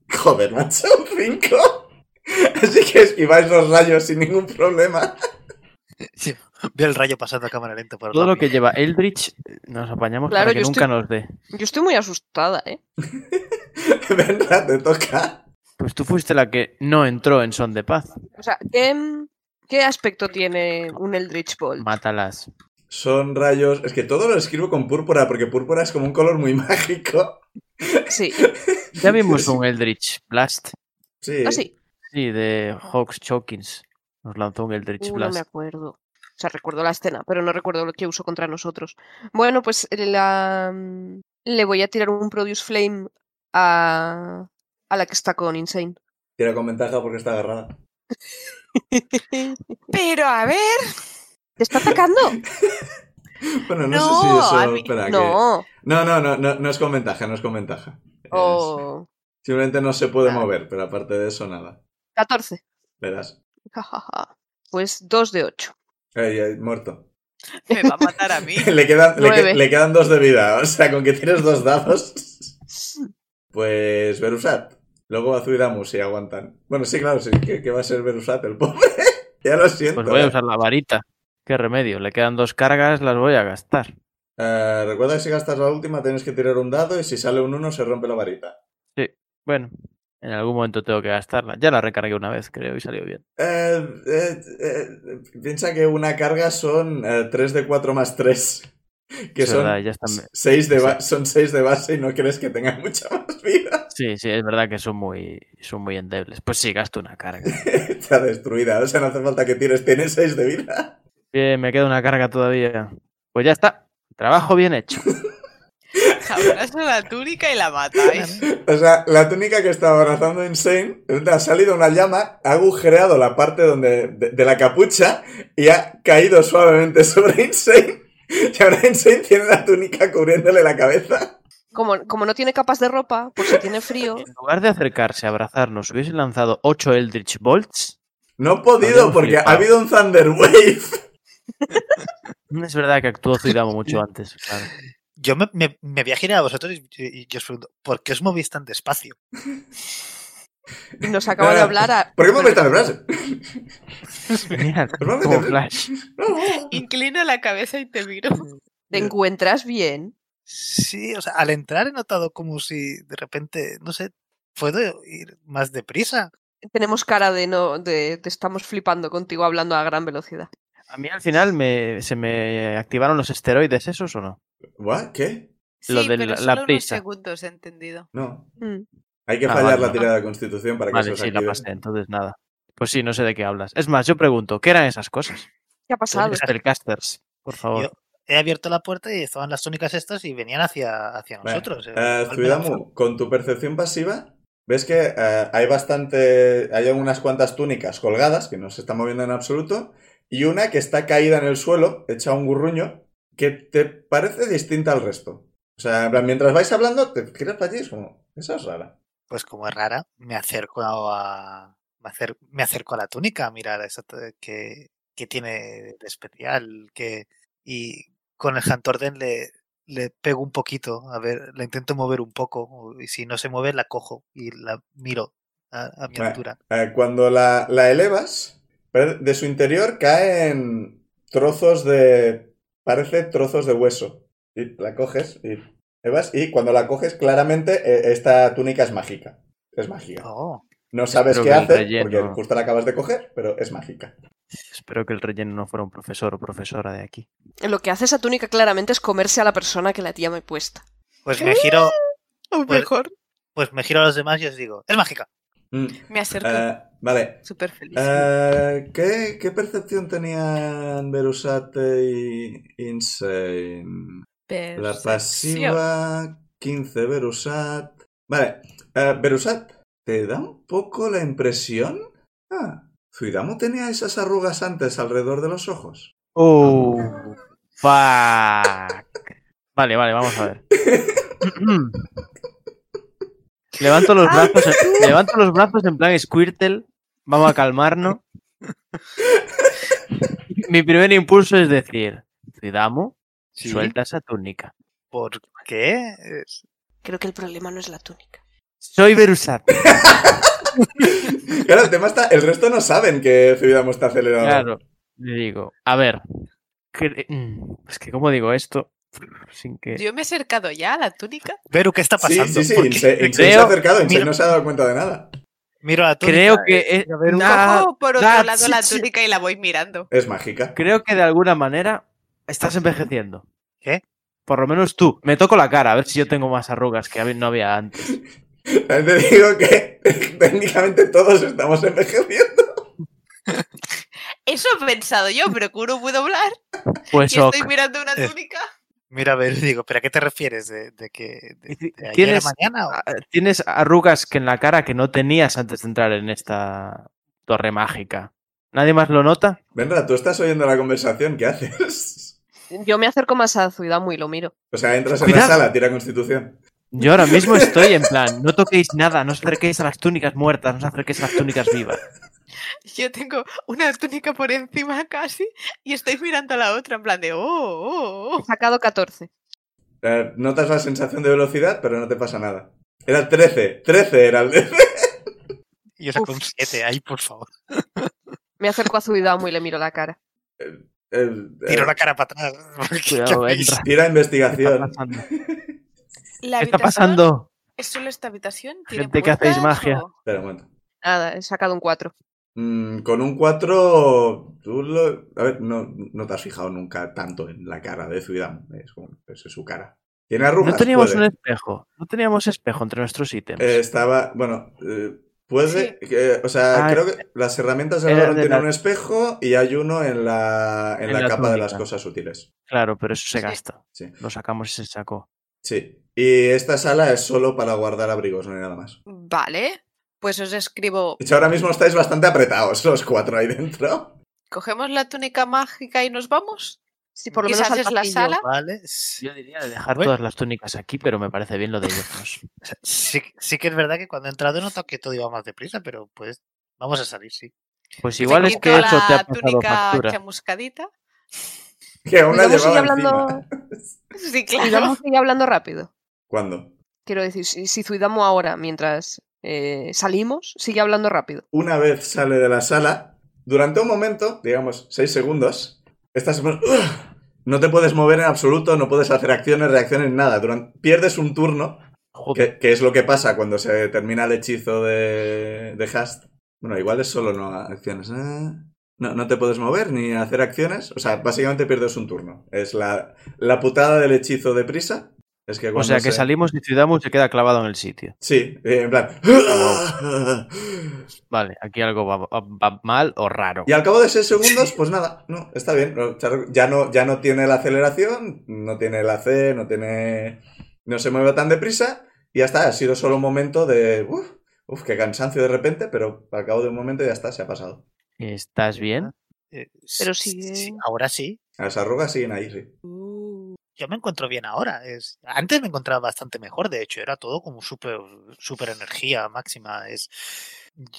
A: Joder, macho, 5. Así que esquiváis los rayos sin ningún problema.
D: Veo el rayo pasando a cámara lenta por el
E: Todo lo
D: lado
E: que
D: mío.
E: lleva Eldritch eh, nos apañamos
B: Claro,
E: para que
B: yo
E: nunca
B: estoy-
E: nos dé.
B: Yo estoy muy asustada, ¿eh?
A: Venga, te toca.
E: Pues tú fuiste la que no entró en son de paz.
B: O sea, ¿qué, mm, qué aspecto tiene un Eldritch Ball?
E: Mátalas.
A: Son rayos. Es que todo lo escribo con púrpura porque púrpura es como un color muy mágico.
B: Sí,
E: Ya vimos un Eldritch Blast.
A: Sí.
B: así.
E: Sí, de Hawks Chokins. Nos lanzó un Eldritch
B: Uh, no me
E: Blast.
B: acuerdo. O sea, recuerdo la escena, pero no recuerdo lo que usó contra nosotros. Bueno, pues la... mm, le voy a tirar un Produce Flame a, a la que está con Insane.
A: Tira con ventaja porque está agarrada.
B: ¿Te
C: Pero a ver.
B: está atacando?
A: Bueno, no,
C: No,
A: sé si eso.
C: a mí-
A: espera, que-
B: No.
A: No, no, no, no, no es con ventaja, no es con ventaja. Es-
C: Oh.
B: O
A: Simplemente no se puede
B: Ah.
A: mover, pero aparte de eso, nada.
B: 14.
A: Verás.
B: Ja, ja, ja. Pues 2 de 8.
A: Ay, ay, muerto.
C: Me va a matar a mí.
A: Le quedan, le, que-
B: Nueve.
A: le quedan dos de vida. O sea, con que tienes dos dados. Pues Verusat. Luego Azuidamu si aguantan. Bueno, sí, claro, sí, que, que va a ser Verusat el pobre. ya lo siento.
E: Pues voy a
A: eh.
E: usar la varita. Qué remedio. Le quedan dos cargas, las voy a gastar.
A: Eh, recuerda que si gastas la última tienes que tirar un dado y si sale un uno se rompe la varita.
E: Bueno, en algún momento tengo que gastarla. Ya la recargué una vez, creo, y salió bien.
A: Eh, eh, eh, piensa que una carga son 3 de 4 más 3. Que
E: Es
A: son
E: verdad, ya están-
A: Seis de ba- son seis de base y no crees que tengan mucha más vida.
E: Sí, sí, es verdad que son muy, son muy endebles. Pues sí, gasto una carga.
A: Está destruida, o sea, no hace falta que tires, tiene seis de vida.
E: Bien, me queda una carga todavía. Pues ya está. Trabajo bien hecho.
C: Abrazo la túnica y la matáis.
A: O sea, la túnica que estaba abrazando Insane, de repente ha salido una llama, ha agujereado la parte donde, de, de la capucha y ha caído suavemente sobre Insane. Y ahora Insane tiene la túnica cubriéndole la cabeza.
B: Como, como no tiene capas de ropa, por si tiene frío,
E: En lugar de acercarse a abrazarnos, hubiese lanzado 8 Eldritch Bolts.
A: No he podido
E: Habríamos
A: porque ha
E: flipado.
A: habido un Thunder Wave.
E: Es verdad que actuó Zuidamo mucho antes. claro.
D: Yo me, me- me voy a girar a vosotros y, y- y os pregunto, ¿por qué os movís tan despacio?
B: y nos acaba de
A: Nada.
B: hablar a...
A: Ah, ¿Por qué me meto el brazo?
E: Genial,
A: vamos a
E: como
A: meter-
E: Flash.
C: Inclino la cabeza y te miro.
B: ¿Te encuentras bien?
D: Sí, o sea, al entrar he notado como si de repente, no sé, puedo ir más deprisa.
B: Tenemos cara de no, de, te estamos flipando contigo hablando a gran velocidad.
E: A mí al final me, se me activaron los esteroides, ¿esos o no?
A: ¿What? ¿Qué?
C: Sí,
E: Lo de
C: pero
E: la- la
C: solo unos
E: prisa.
C: segundos, entendido.
A: No.
B: Mm.
A: Hay que
E: Ah,
A: fallar
E: vale,
A: la
E: vale.
A: tirada de constitución para que se
E: Vale,
A: os
E: sí, la
A: active.
E: pasé, entonces nada. Pues sí, no sé de qué hablas. Es más, yo pregunto, ¿qué eran esas cosas?
B: ¿Qué ha pasado?
E: Spellcasters, por favor.
D: Yo he abierto la puerta y estaban las túnicas estas y venían hacia, hacia
A: Vale.
D: nosotros. eh,
A: Eh,
D: igual me lanzo.
A: Zuidamu, con tu percepción pasiva, ves que eh, hay bastante. Hay unas cuantas túnicas colgadas que no se están moviendo en absoluto. Y una que está caída en el suelo, hecha un gurruño, que te parece distinta al resto. O sea, en plan, mientras vais hablando, te giras para allí y es como. Esa es rara.
D: Pues como es rara, me acerco a, me acer- me acerco a la túnica a mirar eso que, que tiene de especial. Que, y con el Hantorden le, le pego un poquito, a ver, la intento mover un poco. Y si no se mueve, la cojo y la miro a, a mi
A: Vale.
D: altura.
A: Eh, cuando la, la elevas, Pero de su interior caen trozos de... Parece trozos de hueso. Y la coges y... Evas, y cuando la coges, claramente eh, esta túnica es mágica. Es mágica.
D: Oh,
A: No sabes
E: Espero
A: qué
E: que el
A: hace,
E: relleno-
A: porque justo la acabas de coger, pero es mágica.
E: Espero que el relleno no fuera un profesor o profesora de aquí.
B: Lo que hace esa túnica claramente es comerse a la persona que la tía me puesta.
D: pues me giro,
C: O
D: Pues-
C: mejor,
D: pues me giro a los demás y os digo, es mágica.
A: Mm,
C: me acerco
A: eh, vale,
C: súper feliz.
A: Eh, ¿qué, qué percepción tenían Berusate y Insane? La pasiva, 15 Berusat. Vale, eh, Berusat, ¿te da un poco la impresión? Ah, Zuidamu tenía esas arrugas antes alrededor de los ojos.
E: Oh, fuck. Vale, vale, vamos a ver. levanto los brazos, en- levanto los brazos en plan Squirtle. Vamos a calmarnos. Mi primer impulso es decir, Zuidamu,
D: Sí.
E: suelta esa túnica.
D: ¿Por qué? Es-
B: Creo que el problema no es la túnica.
E: Soy Berusat.
A: Claro, el tema está, el resto no saben que Zuidamu está acelerado.
E: Claro, le digo, a ver, cre- mm, es que cómo digo esto, sin que...
C: oh, Yo me he acercado ya a la túnica.
D: Veru, ¿qué está
A: Sí,
D: pasando?
A: sí, sí,
D: ¿Por qué?
A: Insane, Insane se
E: Creo-
A: ha acercado, Insane
D: mira-
A: no se ha dado cuenta de nada.
D: Miro a túnica,
E: Creo que
D: eh,
E: es-
D: miro a Veru.
E: nah. Ah,
C: Cojo por otro
E: ah,
C: lado
E: sí,
C: la
E: sí.
C: túnica y la voy mirando.
A: Es mágica.
E: Creo que de alguna manera estás envejeciendo.
D: ¿Qué?
E: Por lo menos tú. Me toco la cara, a ver si yo tengo más arrugas que hab- no había antes.
A: También Te digo que técnicamente todos estamos envejeciendo.
C: Eso he pensado yo, pero curo puedo hablar.
E: Pues
C: y
E: ok.
C: estoy mirando una
D: Eh,
C: túnica.
D: Miro a Veru y digo, ¿pero a qué te refieres? ¿De, de que de,
E: Dice,
D: de ayer a
E: ¿tienes-
D: mañana? o-
E: Ah, Tienes arrugas que en la cara que no tenías antes de entrar en esta torre mágica. ¿Nadie más lo nota?
A: Venra, tú estás oyendo la conversación, ¿qué haces?
B: Yo me acerco más a Zuidamu y lo miro.
A: O sea, entras en
E: Cuidado.
A: la sala, tira constitución.
E: Yo ahora mismo estoy en plan, no toquéis nada, no os acerquéis a las túnicas muertas, no os acerquéis a las túnicas vivas.
C: Yo tengo una túnica por encima casi y estoy mirando a la otra en plan de oh, oh,
B: He
C: oh".
B: sacado 14.
A: Eh, notas la sensación de velocidad, pero no te pasa nada. Era el 13, 13 era el 13.
D: Y yo saco
B: Uf.
D: un 7 ahí, por favor.
B: Me acerco a Zuidamu y le miro la cara.
A: Eh, eh,
D: Tiro la cara para atrás. porque ¿qué
E: Cuidado,
D: hacéis?
A: tira
E: Benra. ¿Qué está
A: investigación.
E: pasando?
C: La
E: ¿Qué está
C: habitación-
E: pasando?
C: ¿Es solo esta habitación? ¿Tiene
E: Gente que hacéis
C: puertas
E: magia.
C: o-
A: Espera un momento.
B: Nada, he sacado un 4.
A: Mm, con un 4, tú lo... A ver, no, no te has fijado nunca tanto en la cara de Zuidam. Es, como- pues, es su cara. Tiene arrugas.
E: No teníamos
A: puede.
E: un espejo. No teníamos espejo entre nuestros ítems.
A: Eh, estaba, bueno, eh, puede, eh, o sea,
E: Ah,
A: creo que las herramientas de
E: era
A: Valorant
E: de
A: tienen
E: la-
A: un espejo y hay uno en la, en
E: En
A: la,
E: la
A: capa de las
E: túnica.
A: cosas útiles.
E: Claro, pero eso se
C: Sí.
E: gasta.
A: Sí.
E: Lo sacamos y se sacó.
A: Sí. Y esta sala es solo para guardar abrigos, no hay nada más.
C: Vale, pues os escribo.
A: De hecho, ahora mismo estáis bastante apretados los cuatro ahí dentro.
C: ¿Cogemos la túnica mágica y nos vamos?
B: Si por lo
C: ¿Y
B: menos al
C: haces la
B: pasillo.
C: sala?
D: Vale. Sí,
E: Yo diría de dejar
D: Bueno.
E: todas las túnicas aquí, pero me parece bien lo de ellos.
D: sí, sí que es verdad que cuando he entrado he notado que todo iba más deprisa, pero pues vamos a salir, sí.
E: Pues
C: Te
E: igual es
C: quito
E: que eso te ha
C: la
E: pasado
C: túnica
E: factura.
C: chamuscadita?
A: Que aún la
B: Zuidamu sigue
A: llevaba
B: hablando,
A: encima.
C: Sí,
B: Zuidamu
C: claro.
B: sigue hablando rápido.
A: ¿Cuándo?
B: Quiero decir, si, si Zuidamu ahora, mientras eh, salimos, sigue hablando rápido.
A: Una vez sale de la sala, durante un momento, digamos, seis segundos, estás... ¡Ugh! No te puedes mover en absoluto, no puedes hacer acciones, reacciones, nada. Duran- Pierdes un turno
E: Joder,
A: ¿Qué, qué es lo que pasa cuando se termina el hechizo de, de Hast? Bueno, igual es solo no acciones. ¿eh? No, no te puedes mover ni hacer acciones. O sea, básicamente pierdes un turno. Es la, la putada del hechizo de prisa. Es que
E: O
A: cuando
E: sea que
A: se-
E: salimos y Ciudadamo se queda clavado en el sitio.
A: Sí, eh, en plan.
E: Vale, aquí algo va, va- va mal o raro.
A: Y al cabo de 6 segundos, pues nada, no, está bien. no, Ya no, ya no tiene la aceleración, no tiene el AC, no tiene. No se mueve tan deprisa. Y ya está, ha sido solo un momento de. Uf, uf, qué cansancio de repente, pero al cabo de un momento ya está, se ha pasado.
E: ¿Estás bien?
D: Eh,
B: Pero
D: sí, sí, sí,
B: sigue-
D: Ahora sí.
A: Las arrugas siguen ahí, sí.
D: Yo me encuentro bien ahora. Es... Antes me encontraba bastante mejor, de hecho, era todo como súper super energía máxima. Es...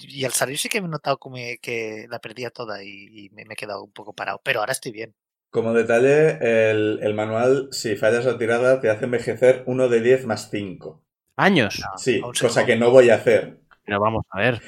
D: Y al salir sí que me he notado como que la perdía toda y, y me, me he quedado un poco parado, pero ahora estoy bien.
A: Como detalle, el, el manual, si fallas la tirada, te hace envejecer uno de 10 más 5.
E: Años.
D: Ah,
A: Sí,
D: aún soy
A: cosa que
D: joven.
A: no voy a hacer.
E: Pero vamos a ver.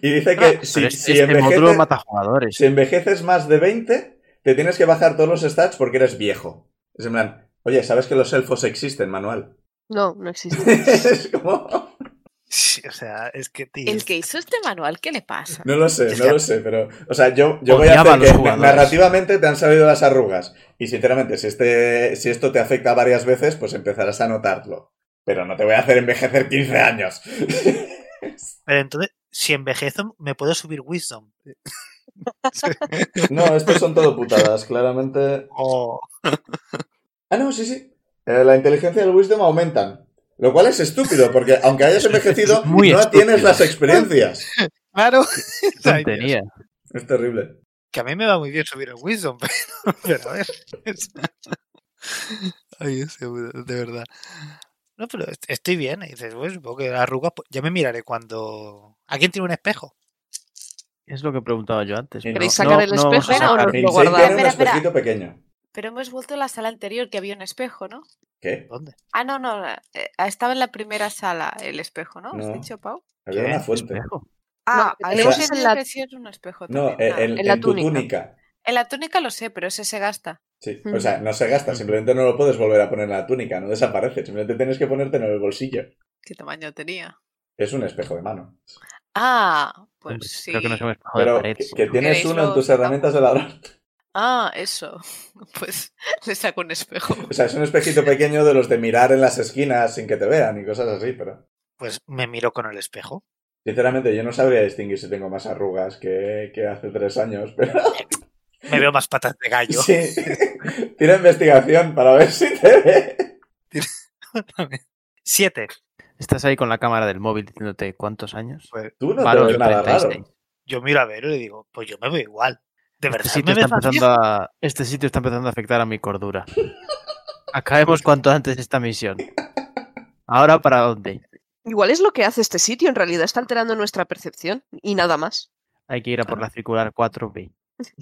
A: Y dice que si,
E: Pero
A: si
E: este, este módulo
A: envejece-
E: mata jugadores.
A: si envejeces más de 20, te tienes que bajar todos los stats porque eres viejo. Es en plan, oye, ¿sabes que los elfos existen, Manuel?
B: No, no existe.
A: es como...
D: Sí, O sea, es que, tío,
C: El que hizo este manual, ¿qué le pasa?
A: No lo sé, no lo sé, pero... O sea, yo, yo voy a hacer
E: Odiaba a los
A: que
E: jugadores.
A: narrativamente te han salido las arrugas. Y sinceramente, si, este, si esto te afecta varias veces, pues empezarás a notarlo. Pero no te voy a hacer envejecer 15 años.
D: Pero entonces, si envejezo, me puedo subir Wisdom.
A: No, estos son todo putadas, claramente...
D: O
A: Ah, no, sí, sí. Eh, la inteligencia y el wisdom aumentan. Lo cual es estúpido, porque aunque hayas envejecido,
E: Muy
A: no
E: estúpido.
A: tienes las experiencias.
D: claro, Ay, Dios.
E: Tontería.
A: Es terrible.
D: que a mí me va muy bien subir el Wisdom, pero, pero a ver. Ay, Dios, de verdad. No, pero est- estoy bien. Y dices, bueno, supongo que las arrugas, pues, ya me miraré cuando. ¿A quién tiene un espejo?
E: Es lo que preguntaba yo antes.
A: Y no.
E: No,
B: ¿Queréis sacar el
E: no vamos a
B: espejo o no
E: sacar-
B: lo
A: Insane tiene un
B: guardáis?
C: Espera, espera.
A: espejito pequeño.
C: Pero hemos vuelto a la sala anterior que había un espejo, ¿no?
A: ¿Qué?
D: ¿Dónde?
C: Ah, no, no. eh, Estaba en la primera sala el espejo, ¿no?
A: No.
C: ¿Has dicho, Pau?
A: Había
E: ¿Qué?
A: una fuente.
E: Espejo.
C: Ah,
B: No,
C: ahí
A: tenemos
C: sí
B: en
C: tenía
B: la-
C: que ser un espejo
A: No,
C: también.
A: eh,
C: Ah,
A: en,
B: en la
A: en tu
B: túnica.
A: túnica.
C: en la túnica lo sé, pero ese se gasta.
A: Sí.
B: Mm.
A: O sea, no se gasta, simplemente no lo puedes volver a poner en la túnica, no desaparece, simplemente tienes que ponerte en el bolsillo.
C: ¿Qué tamaño tenía?
A: Es un espejo de mano.
C: Ah, pues
E: Hombre,
C: sí.
E: Creo que no es un espejo de
A: Pero
E: pared.
A: que, que
E: seguro.
A: tienes
C: ¿Queréis
A: uno en
C: lo
A: tus
C: sacamos?
A: herramientas de ladrón.
C: Ah, eso. Pues le saco un espejo.
A: O sea, es un espejito pequeño de los de mirar en las esquinas sin que te vean y cosas así, pero...
D: Pues me miro con el espejo.
A: Sinceramente, yo no sabría distinguir si tengo más arrugas que, que hace tres años, pero
D: Me veo más patas de gallo.
A: sí. Tira investigación para ver si te ve.
D: Siete.
E: Estás ahí con la cámara del móvil diciéndote cuántos años.
A: Tú Pues no
E: Vale,
A: te ves
E: yo
A: nada
E: 36.
A: raro.
D: Yo miro a Vero y le digo, pues yo me veo igual. De verdad,
E: Este sitio,
D: me
E: está
D: ves más
E: empezando a, este sitio está empezando a afectar a mi cordura. Acabemos cuanto antes esta misión. Ahora para dónde?
B: Igual es lo que hace este sitio, en realidad está alterando nuestra percepción y nada más.
E: Hay que ir a por la circular 4B.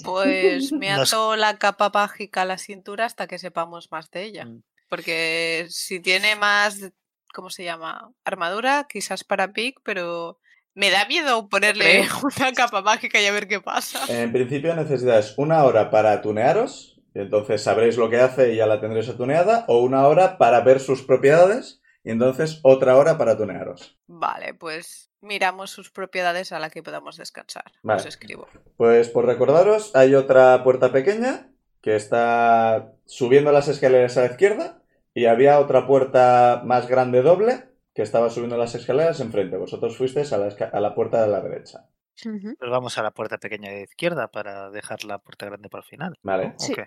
C: Pues me
D: Nos-
C: ato la capa mágica a la cintura hasta que sepamos más de ella.
D: Mm.
C: Porque si tiene más, de- ¿cómo se llama? Armadura, quizás para Pic, pero me da miedo ponerle una capa mágica y a ver qué pasa.
A: En principio necesitas una hora para tunearos, y entonces sabréis lo que hace y ya la tendréis atuneada, o una hora para ver sus propiedades, y entonces otra hora para tunearos.
C: Vale, pues miramos sus propiedades a la que podamos descansar. Os
A: Vale.
C: escribo.
A: Pues por recordaros, hay otra puerta pequeña que está subiendo las escaleras a la izquierda y había otra puerta más grande doble que estaba subiendo las escaleras enfrente. Vosotros fuisteis a la, esca- a la puerta de la derecha.
B: Ujú.
D: Pues vamos a la puerta pequeña de izquierda para dejar la puerta grande para el final.
A: Vale,
B: Sí.
D: Ok.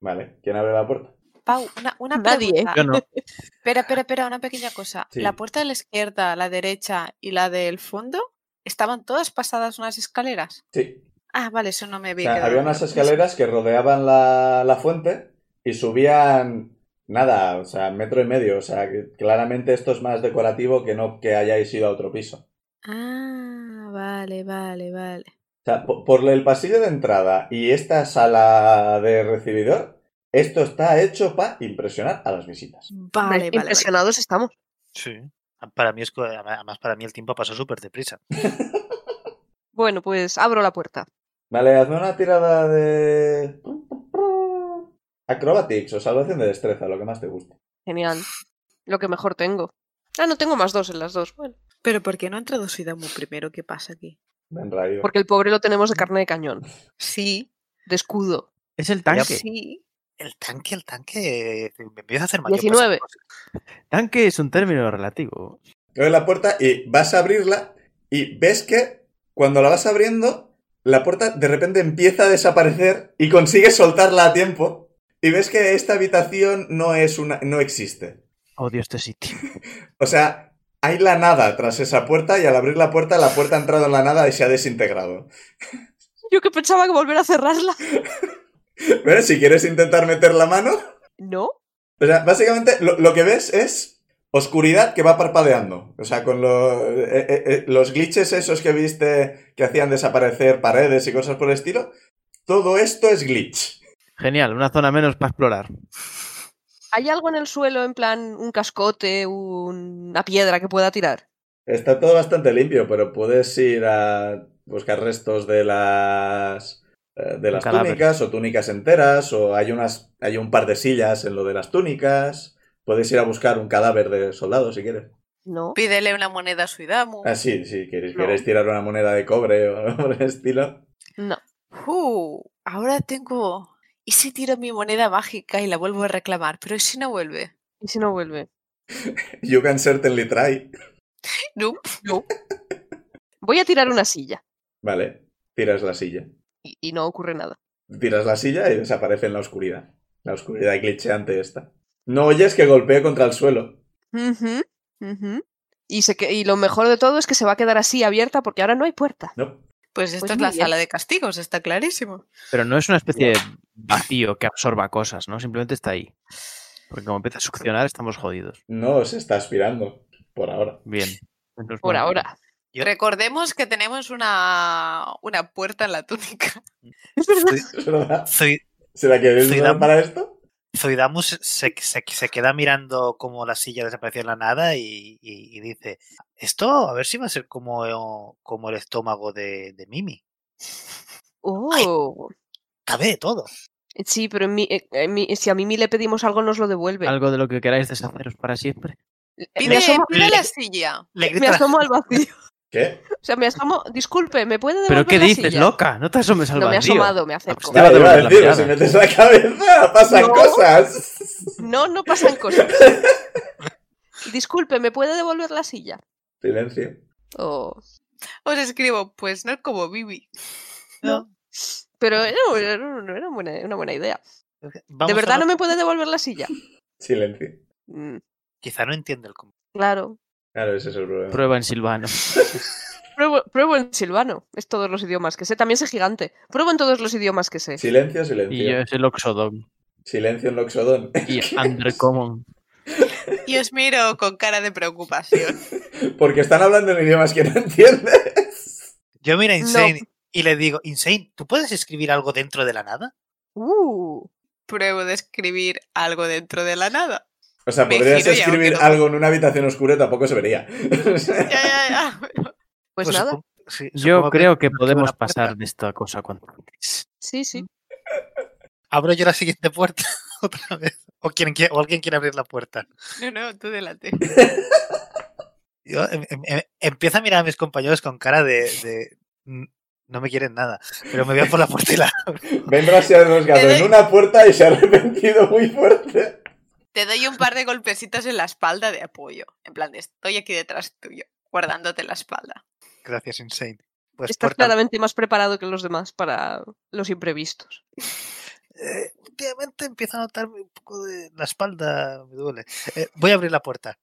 A: vale. ¿Quién abre la puerta?
C: Pau, una, una
B: Nadie.
C: pregunta.
E: Yo no.
C: Espera, espera, espera, una pequeña cosa.
A: Sí.
C: La puerta de la izquierda, la derecha y la del fondo estaban todas pasadas unas escaleras.
A: Sí.
C: Ah, vale, eso no me
A: O
C: había
A: sea,
C: quedado
A: había unas
C: claro.
A: escaleras que rodeaban la, la fuente y subían nada, o sea, metro y medio. O sea, que claramente esto es más decorativo que no que hayáis ido a otro piso.
C: Ah, vale, vale, vale.
A: O sea, po- por el pasillo de entrada y esta sala de recibidor, esto está hecho para impresionar a las visitas.
C: Vale, vale, vale.
B: Impresionados estamos.
D: Sí. Para mí es que- además para mí el tiempo ha pasado súper deprisa.
B: Bueno, pues abro la puerta.
A: Vale, hazme una tirada de... Acrobatics o salvación de destreza, lo que más te guste.
B: Genial. Lo que mejor tengo. Ah, no tengo más dos en las dos. Bueno,
C: Pero ¿por qué no ha entrado Suidamu primero? ¿Qué pasa aquí?
A: Ven, rayo.
B: porque el pobre lo tenemos de carne de cañón,
C: Sí,
B: de escudo.
E: Es el tanque.
C: sí.
D: El tanque, el tanque, eh, me empieza a hacer mayor.
B: 19.
D: pues,
E: Tanque es un término relativo.
A: Abres la puerta y vas a abrirla y ves que cuando la vas abriendo, la puerta de repente empieza a desaparecer y consigues soltarla a tiempo. Y ves que esta habitación no es una... no existe.
E: Odio este sitio.
A: O sea, hay la nada tras esa puerta y al abrir la puerta, la puerta ha entrado en la nada y se ha desintegrado.
B: Yo que pensaba que volver a cerrarla.
A: Pero si quieres intentar meter la mano...
B: No.
A: O sea, básicamente lo, lo que ves es oscuridad que va parpadeando. O sea, con lo- eh, eh, eh, los glitches esos que viste que hacían desaparecer paredes y cosas por el estilo, todo esto es glitch.
E: Genial, una zona menos para explorar.
B: ¿Hay algo en el suelo, en plan un cascote, una piedra que pueda tirar?
A: Está todo bastante limpio, pero puedes ir a buscar restos de las eh, de las
E: cadáver.
A: túnicas o túnicas enteras o hay unas hay un par de sillas en lo de las túnicas. Puedes ir a buscar un cadáver de soldado si quieres.
B: No.
C: Pídele una moneda a Suidamu.
A: Ah, sí, sí, queréis,
B: No.
A: queréis tirar una moneda de cobre o algo por el estilo.
B: No.
C: Uh, ahora tengo. ¿Y si tiro mi moneda mágica y la vuelvo a reclamar? Pero ¿y si no vuelve?
B: ¿Y si no vuelve?
A: You can certainly try.
C: No, no.
B: Voy a tirar una silla.
A: Vale, tiras la silla.
B: Y, y no ocurre nada.
A: Tiras la silla y desaparece en la oscuridad. La oscuridad glitcheante esta. No oyes que golpee contra el suelo.
B: Ujú, ujú. Y, se que- y lo mejor de todo es que se va a quedar así abierta porque ahora no hay puerta.
A: No.
C: Pues esto
B: Pues
C: es la
B: muy bien.
C: sala de castigos, está clarísimo.
E: Pero no es una especie de vacío que absorba cosas, ¿no? Simplemente está ahí. Porque como empieza a succionar, estamos jodidos.
A: No se está aspirando por ahora.
E: Bien. Entonces,
B: Por
E: bueno,
B: ahora.
D: Yo-
C: Recordemos que tenemos una, una puerta en la túnica.
B: Es verdad.
D: Zui-
A: ¿Es verdad?
D: Zui-
A: ¿Será que es
D: Estoy
A: verdad
D: dando-
A: para esto?
D: Zuidamu se, se- se- se queda mirando como la silla desapareció en la nada y, y- y dice, esto a ver si va a ser como, eh, como el estómago de, de Mimi.
B: Oh.
D: Cabe de todo.
B: Sí, pero en mi- eh, en mi- si a Mimi le pedimos algo, nos lo devuelve.
E: Algo de lo que queráis deshaceros para siempre.
B: Eh, Me
C: Pide,
B: asomo,
C: pide
D: le-
C: la silla.
D: Le
B: me
D: grita,
B: asomo al vacío.
A: ¿Qué?
B: O sea, me asomo. Disculpe, ¿me puede devolver
E: ¿Pero qué
B: la
E: dices,
B: silla?
E: loca? No te asomes al
B: No me he
E: vacío.
B: asomado, me acerco.
E: Te va a
A: Claro, iba a
E: devolver la
A: decir, si
E: mirada.
A: metes la cabeza, pasan
B: No.
A: cosas.
B: No, no pasan cosas. Disculpe, ¿me puede devolver la silla?
A: Silencio.
B: Oh.
C: Os escribo, pues no es como Bibi.
D: "No,
B: Pero era, era- no era buena- una buena idea.
D: vamos
B: ¿De
D: a
B: verdad
D: no-
B: no me puede devolver la silla?
A: Silencio.
B: Mm,
D: Quizá no entiende el com-
B: claro.
A: Claro, ese es el problema.
E: Prueba en silvano.
B: Pruebo, pruebo en silvano. Es todos los idiomas que sé. También sé gigante. Pruebo en todos los idiomas que sé.
A: Silencio,
E: Y yo
A: silencio.
E: es el Oxodon.
A: Silencio en Loxodon.
E: Y Undercommon.
C: Y os miro con cara de preocupación.
A: Porque están hablando en idiomas que no entiendes.
D: Yo miro a
B: No.
D: Insane y le digo, Insane, ¿tú puedes escribir algo dentro de la nada?
B: Uh,
C: Pruebo de escribir algo dentro de la nada.
A: O sea,
C: Me
A: podrías
C: giro y hago que
A: escribir
C: no.
A: algo en una habitación oscura y tampoco se vería.
C: Ya, ya, ya.
B: pues nada.
D: supo- sí,
E: Yo
D: supongo
E: creo que
D: no tiene
E: podemos
D: una puerta.
E: pasar de esta cosa cuanto antes.
B: Sí, sí.
D: Abro yo la siguiente puerta otra vez. O, quien quie- o alguien quiere abrir la puerta.
C: No, no, tú delante.
D: Yo em- em- em- empiezo a mirar a mis compañeros con cara de, de, "Mm, No me quieren nada. Pero me voy a por la puerta y la...
A: Vendrá se ha rasgado en una puerta y se ha arrepentido muy fuerte.
C: Te doy un par de golpecitos en la espalda de apoyo. En plan, de, estoy aquí detrás tuyo, guardándote la espalda.
D: Gracias, Insane. Pues
B: Estás
D: puerta-
B: claramente más preparado que los demás para los imprevistos.
D: Eh, últimamente empiezo a notarme un poco de la espalda, me duele. Eh, voy a abrir la puerta.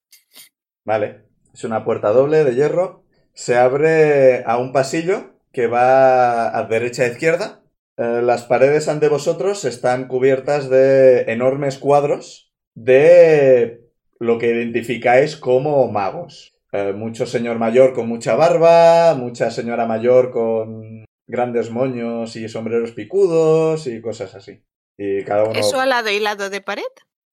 A: Vale. Es una puerta doble de hierro. Se abre a un pasillo que va a derecha e izquierda. Eh, las paredes ante vosotros están cubiertas de enormes cuadros de lo que identificáis como magos. Eh, mucho señor mayor con mucha barba, mucha señora mayor con grandes moños y sombreros picudos y cosas así. Y cada uno...
C: ¿Eso al lado y lado de pared?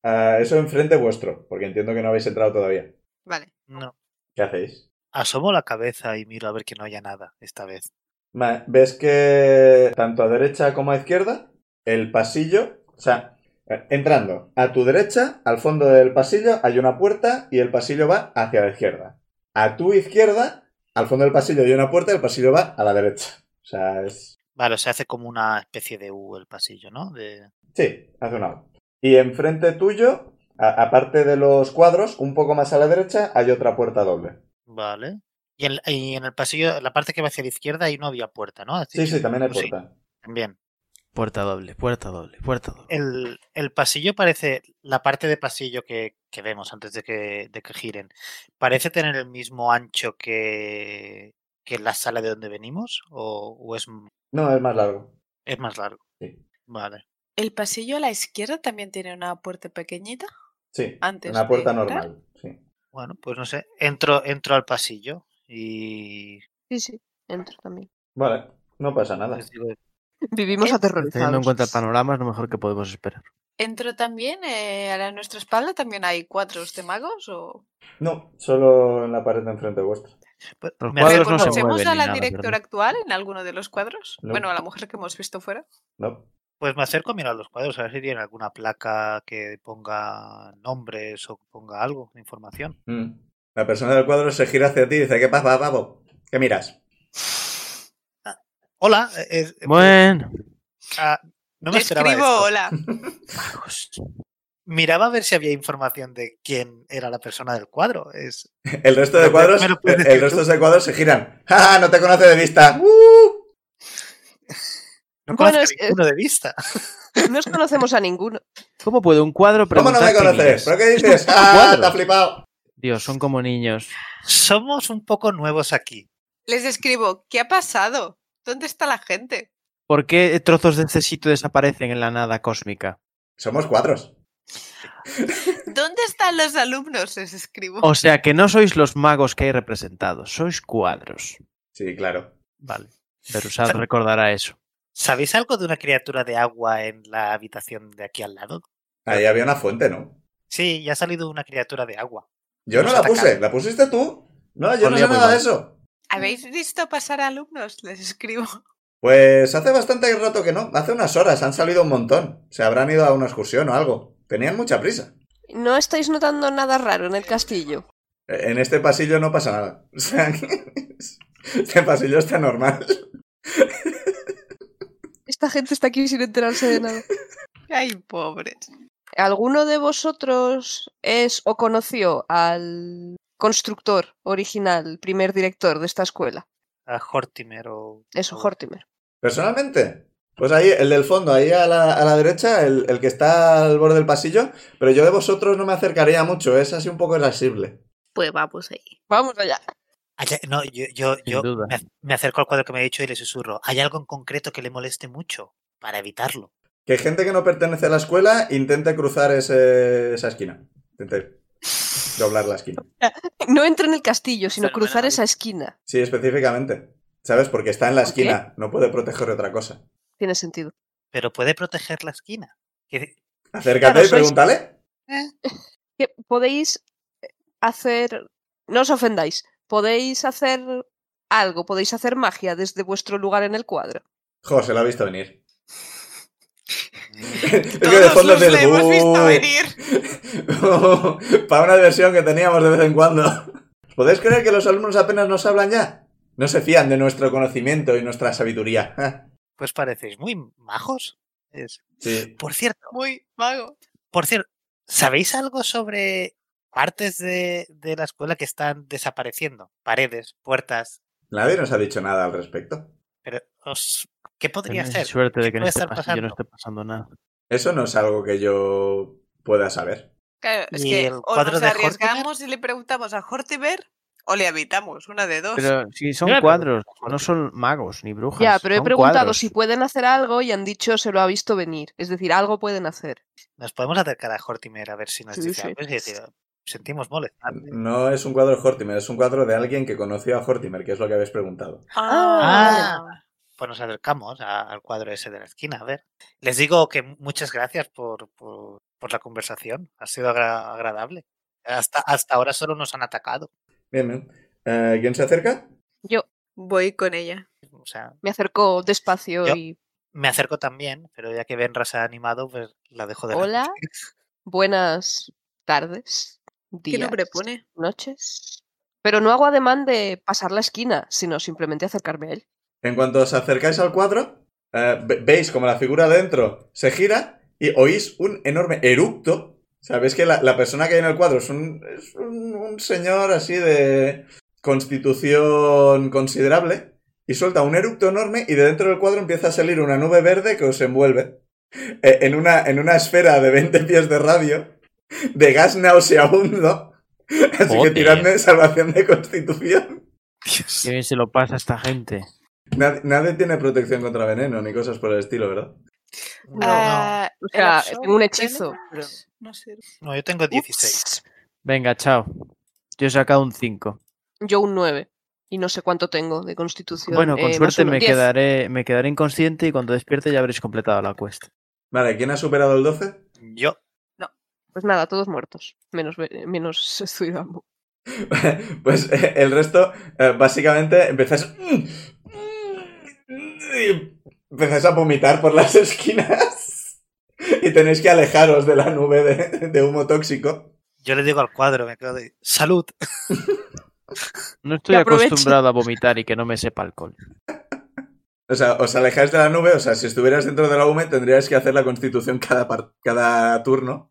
A: Ah, eso enfrente vuestro, porque entiendo que no habéis entrado todavía.
C: Vale.
D: No.
A: ¿Qué hacéis?
D: Asomo la cabeza y miro a ver que no haya nada esta vez.
A: Vale, ves que tanto a derecha como a izquierda, el pasillo, o sea, eh, entrando a tu derecha, al fondo del pasillo hay una puerta y el pasillo va hacia la izquierda. A tu izquierda, al fondo del pasillo hay una puerta y el pasillo va a la derecha. O sea, es...
D: Vale, o sea, hace como una especie de U el pasillo, ¿no? De...
A: Sí, hace una U. Y enfrente tuyo, a- aparte de los cuadros, un poco más a la derecha, hay otra puerta doble.
D: Vale. Y en, y en el pasillo, la parte que va hacia la izquierda, ahí no había puerta, ¿no? Así
A: Sí,
D: que-
A: sí, también hay
D: pues sí,
A: puerta.
D: también.
E: Puerta doble, puerta doble, puerta
D: Eh,
E: doble.
D: El, el pasillo parece, la parte de pasillo que, que vemos antes de que, de que giren, ¿parece tener el mismo ancho que, que la sala de donde venimos? ¿O, o es,
A: No, es más largo.
D: es más largo?
A: Sí.
D: Vale.
C: ¿El pasillo a la izquierda también tiene una puerta pequeñita?
A: Sí,
C: Antes
A: una puerta
C: de entrar.
A: normal. Sí.
D: Bueno, pues no sé. Entro, entro al pasillo y
B: Sí, sí. Entro también. Eh,
A: Vale, no pasa nada.
D: Pues les digo,
B: Vivimos
E: Teniendo en
B: aterrorizados.
E: cuenta el panorama, es lo mejor que podemos esperar.
C: ¿Entro también? eh, ¿A la- nuestra espalda también hay cuatro de magos? O...
A: No, solo en la pared de enfrente vuestra.
D: Pues,
E: Los
D: me
E: cuadros
D: acerco-
E: no se
C: ¿Reconocemos
E: mueven
C: a
E: ni
C: la
E: nada,
C: directora
E: ¿verdad?
C: actual en alguno de los cuadros?
A: No.
C: Bueno, a la mujer que hemos visto fuera.
A: No.
D: Pues me acerco a mirar los cuadros, a ver si tienen alguna placa que ponga nombres o que ponga algo, información.
A: Mm. La persona del cuadro se gira hacia ti y dice, ¿qué pasa, pavo? ¿Qué miras?
D: Hola, eh, eh, eh,
E: Bueno,
D: ah, no me
C: Le
D: esperaba
C: escribo
D: esto.
C: hola.
E: magos.
D: Miraba a ver si había información de quién era la persona del cuadro. Es...
A: El resto de
D: Me-
A: cuadros,
D: me lo puedes
A: el
D: decir
A: resto
D: tú.
A: de cuadros se giran. ¡Ja, ja! no te conoce de vista! ¡Uh!
D: No
B: Bueno,
D: conozco
B: es- es-
D: ninguno de vista.
B: Nos conocemos a ninguno.
E: ¿Cómo puede un cuadro
A: ¿Cómo
E: preguntar
A: no me
E: quién
A: conoces?
E: eres?
A: ¿Pero qué dices?
E: Es un
A: ¡Ah,
E: cuadro.
A: te ha flipado!
E: Dios, son como niños.
D: Somos un poco nuevos aquí.
C: Les escribo, ¿qué ha pasado? ¿Dónde está la gente?
E: ¿Por qué trozos de este sitio desaparecen en la nada cósmica?
A: Somos cuadros.
C: ¿Dónde están los alumnos? Les escribo.
E: O sea que no sois los magos que hay representados, sois cuadros.
A: Sí, claro.
E: Vale. Berusat recordará eso.
D: ¿Sabéis algo de una criatura de agua en la habitación de aquí al lado?
A: Ahí había una fuente, ¿no?
D: Sí, ya ha salido una criatura de agua.
A: Yo no
D: Nos
A: la puse,
D: atacaron.
A: la pusiste tú. No, yo no sé
E: Olía muy
A: nada de
E: mal.
A: eso.
C: ¿Habéis visto pasar alumnos? Les escribo.
A: Pues hace bastante rato que no, hace unas horas, han salido un montón. Se habrán ido a una excursión o algo. Tenían mucha prisa.
B: No estáis notando nada raro en el castillo.
A: Eh, En este pasillo no pasa nada. O sea, este pasillo está normal.
B: Esta gente está aquí sin enterarse de nada.
C: Ay, pobres.
B: ¿Alguno de vosotros es o conoció al constructor original, primer director de esta escuela?
D: A Hortimer o...
B: Eso,
D: o-
B: Hortimer.
A: Personalmente. Pues ahí, el del fondo, ahí a la, a la derecha, el, el que está al borde del pasillo. Pero yo de vosotros no me acercaría mucho, es así un poco irascible.
C: Pues vamos ahí.
B: Vamos allá.
D: Hay- no, yo, yo, yo
E: duda.
D: me, ac- me acerco al cuadro que me ha dicho y le susurro. ¿Hay algo en concreto que le moleste mucho? Para evitarlo.
A: Que gente que no pertenece a la escuela intente cruzar ese- esa esquina. Intente doblar la esquina.
B: No entra en el castillo, sino cruzar
E: Fenomenal.
B: esa esquina.
A: Sí, específicamente. ¿Sabes? Porque está en la
B: ¿Por qué?
A: esquina, no puede proteger otra cosa.
B: Tiene sentido.
D: Pero puede proteger la esquina. Que-
A: Acércate
B: Claro,
A: y
B: sois-
A: pregúntale.
B: Que podéis eh, hacer... No os ofendáis. Podéis hacer algo, podéis hacer magia desde vuestro lugar en el cuadro.
A: Jo, se lo ha visto venir.
D: "Mm,
A: es que de
C: Todos
A: fondo
C: los
A: es el
C: le hemos visto
A: "Buh".
C: venir.
A: Para una diversión que teníamos de vez en cuando. ¿Podéis creer que los alumnos apenas nos hablan ya? No se fían de nuestro conocimiento y nuestra sabiduría. Ja.
D: Pues parecéis muy majos. Es-
A: sí.
D: Por cierto,
C: Muy mago.
D: por cierto, ¿sabéis algo sobre partes de, de la escuela que están desapareciendo? Paredes, puertas,
A: Nadie nos ha dicho nada al respecto.
D: pero os- ¿qué podría
E: Tenéis
D: ser?
E: suerte de
D: ¿Qué
E: que en
D: puede
E: este
D: estar
E: pasillo
D: pasando?
E: no esté pasando nada.
A: Eso no es algo que yo pueda saber.
C: Claro, es
D: ¿Y
C: que
D: el
C: o
D: cuadro
C: nos
D: de Hortimer?
C: arriesgamos y le preguntamos a Hortimer o le habitamos, una de dos.
E: Pero si son
D: Yo le
E: cuadros, no son magos ni brujas.
B: ya, pero he
E: son
B: preguntado
E: cuadros.
B: si pueden hacer algo y han dicho se lo ha visto venir. Es decir, algo pueden hacer.
D: Nos podemos acercar a Hortimer a ver si nos
B: Sí,
D: dice
B: sí.
D: algo. y decir, sentimos molestar.
E: Mm,
A: No es un cuadro de Hortimer, es un cuadro de alguien que conoció a Hortimer, que es lo que habéis preguntado.
B: Ah.
D: Pues nos acercamos a- al cuadro ese de la esquina, a ver. Les digo que mu- muchas gracias por, por- por la conversación. Ha sido agra- agradable. Hasta, hasta ahora solo nos han atacado.
A: Bien, bien. Eh, ¿Quién se acerca?
B: Yo
C: Voy con ella.
D: O sea,
B: me acerco despacio
D: Yo-
B: y...
D: me acerco también, pero ya que Benra se ha animado, pues la dejo de
B: Hola, buenas tardes,
C: ¿Qué
B: días,
C: nombre pone?
B: noches. Pero no hago ademán de pasar la esquina, sino simplemente acercarme a él.
A: En cuanto os acercáis al cuadro, eh, ve- veis como la figura dentro se gira y oís un enorme eructo. Sabéis que la, la persona que hay en el cuadro es un, es un- un señor así de constitución considerable y suelta un eructo enorme y de dentro del cuadro empieza a salir una nube verde que os envuelve eh, en una, en una esfera de 20 pies de radio de gas nauseabundo. Así
E: Joder.
A: que tiradme salvación de constitución.
E: Qué bien se lo pasa a esta gente.
A: Nad- nadie tiene protección contra veneno ni cosas por el estilo, ¿verdad?
D: No, no,
C: Ah,
B: O
C: el
B: sea,
C: absorbe
B: tengo un
C: veneno,
B: hechizo.
C: pero Pues, no sirve.
D: no, yo tengo 16.
B: Ups,
E: Venga, chao. Yo he sacado un 5.
B: Yo un 9. Y no sé cuánto tengo de constitución.
E: Bueno, con
B: eh, más
E: suerte
B: uno,
E: me
B: diez.
E: quedaré, me quedaré inconsciente y cuando despierte ya habréis completado la cuesta.
A: Vale, ¿quién ha superado el 12?
D: Yo.
B: Pues nada, todos muertos. Menos, Be- menos Zuidamu.
A: pues eh, el resto, eh, básicamente, empezáis... y Empezáis a vomitar por las esquinas y tenéis que alejaros de la nube de, de humo tóxico.
D: Yo le digo al cuadro, me quedo de salud.
E: No estoy
B: Que aproveche.
E: acostumbrado a vomitar y que no me sepa alcohol.
A: O sea, os alejáis de la nube, o sea, si estuvierais dentro de la UME tendríais que hacer la constitución cada, par- cada turno,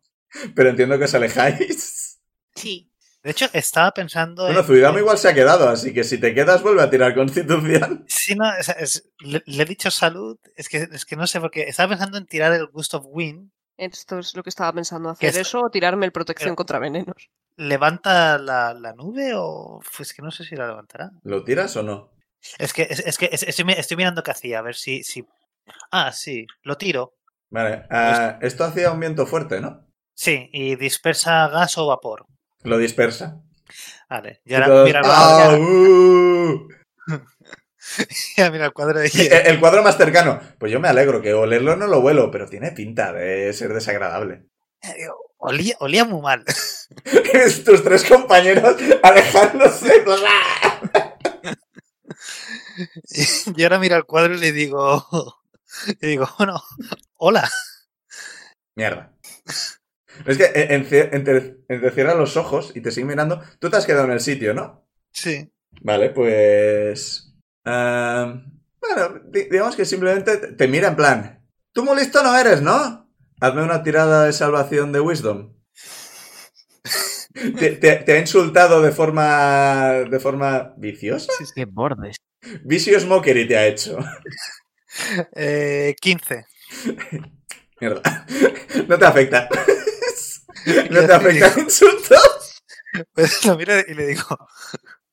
A: pero entiendo que os alejáis.
C: Sí.
D: De hecho, estaba pensando.
A: Bueno,
D: en-
A: Zuidamo igual se ha quedado, así que si te quedas vuelve a tirar constitución.
D: Sí, no, o sea, es- le, le he dicho salud, es que, es que no sé, porque estaba pensando en tirar el Gust of Wind,
B: Esto es lo que estaba pensando hacer.
D: es-
B: Eso o tirarme el protección
D: Pero-
B: contra venenos.
D: ¿levanta la, la nube o.? Pues que no sé si la levantará.
A: ¿Lo tiras o no?
D: Es que, es, es que es- estoy, mi- estoy mirando qué hacía, a ver si, si. Ah, sí, lo tiro.
A: Vale, ah,
D: Pues
A: esto hacía un viento fuerte, ¿no?
D: Sí, y dispersa gas o vapor.
A: Lo dispersa.
D: Vale, y
A: Y
D: ahora
A: todos,
D: mira, al
A: "Ah,
D: cuadro,
A: uh".
D: ya mira el cuadro de
A: El el cuadro más cercano. Pues yo me alegro que olerlo no lo huelo, pero tiene pinta de ser desagradable.
D: olía, olía muy mal.
A: Tus tres compañeros alejándose. pues, ¡ah!
D: Y ahora mira el cuadro y le digo, le digo, bueno, hola.
A: Mierda. Es que eh, en- enci- entre- entrecierra los ojos y te sigue mirando. Tú te has quedado en el sitio, ¿no?
D: Sí.
A: Vale, pues. ah, bueno, di- digamos que simplemente te- te mira en plan. Tú muy listo no eres, ¿no? Hazme una tirada de salvación de Wisdom. Te, te- te ha insultado de forma. de forma viciosa.
E: Qué bordes.
A: Vicious Mockery te ha hecho.
D: Eh, 15.
A: Mierda. No te afecta. No te
D: Ya te
A: afecta el insulto.
D: Pues lo miro y le digo,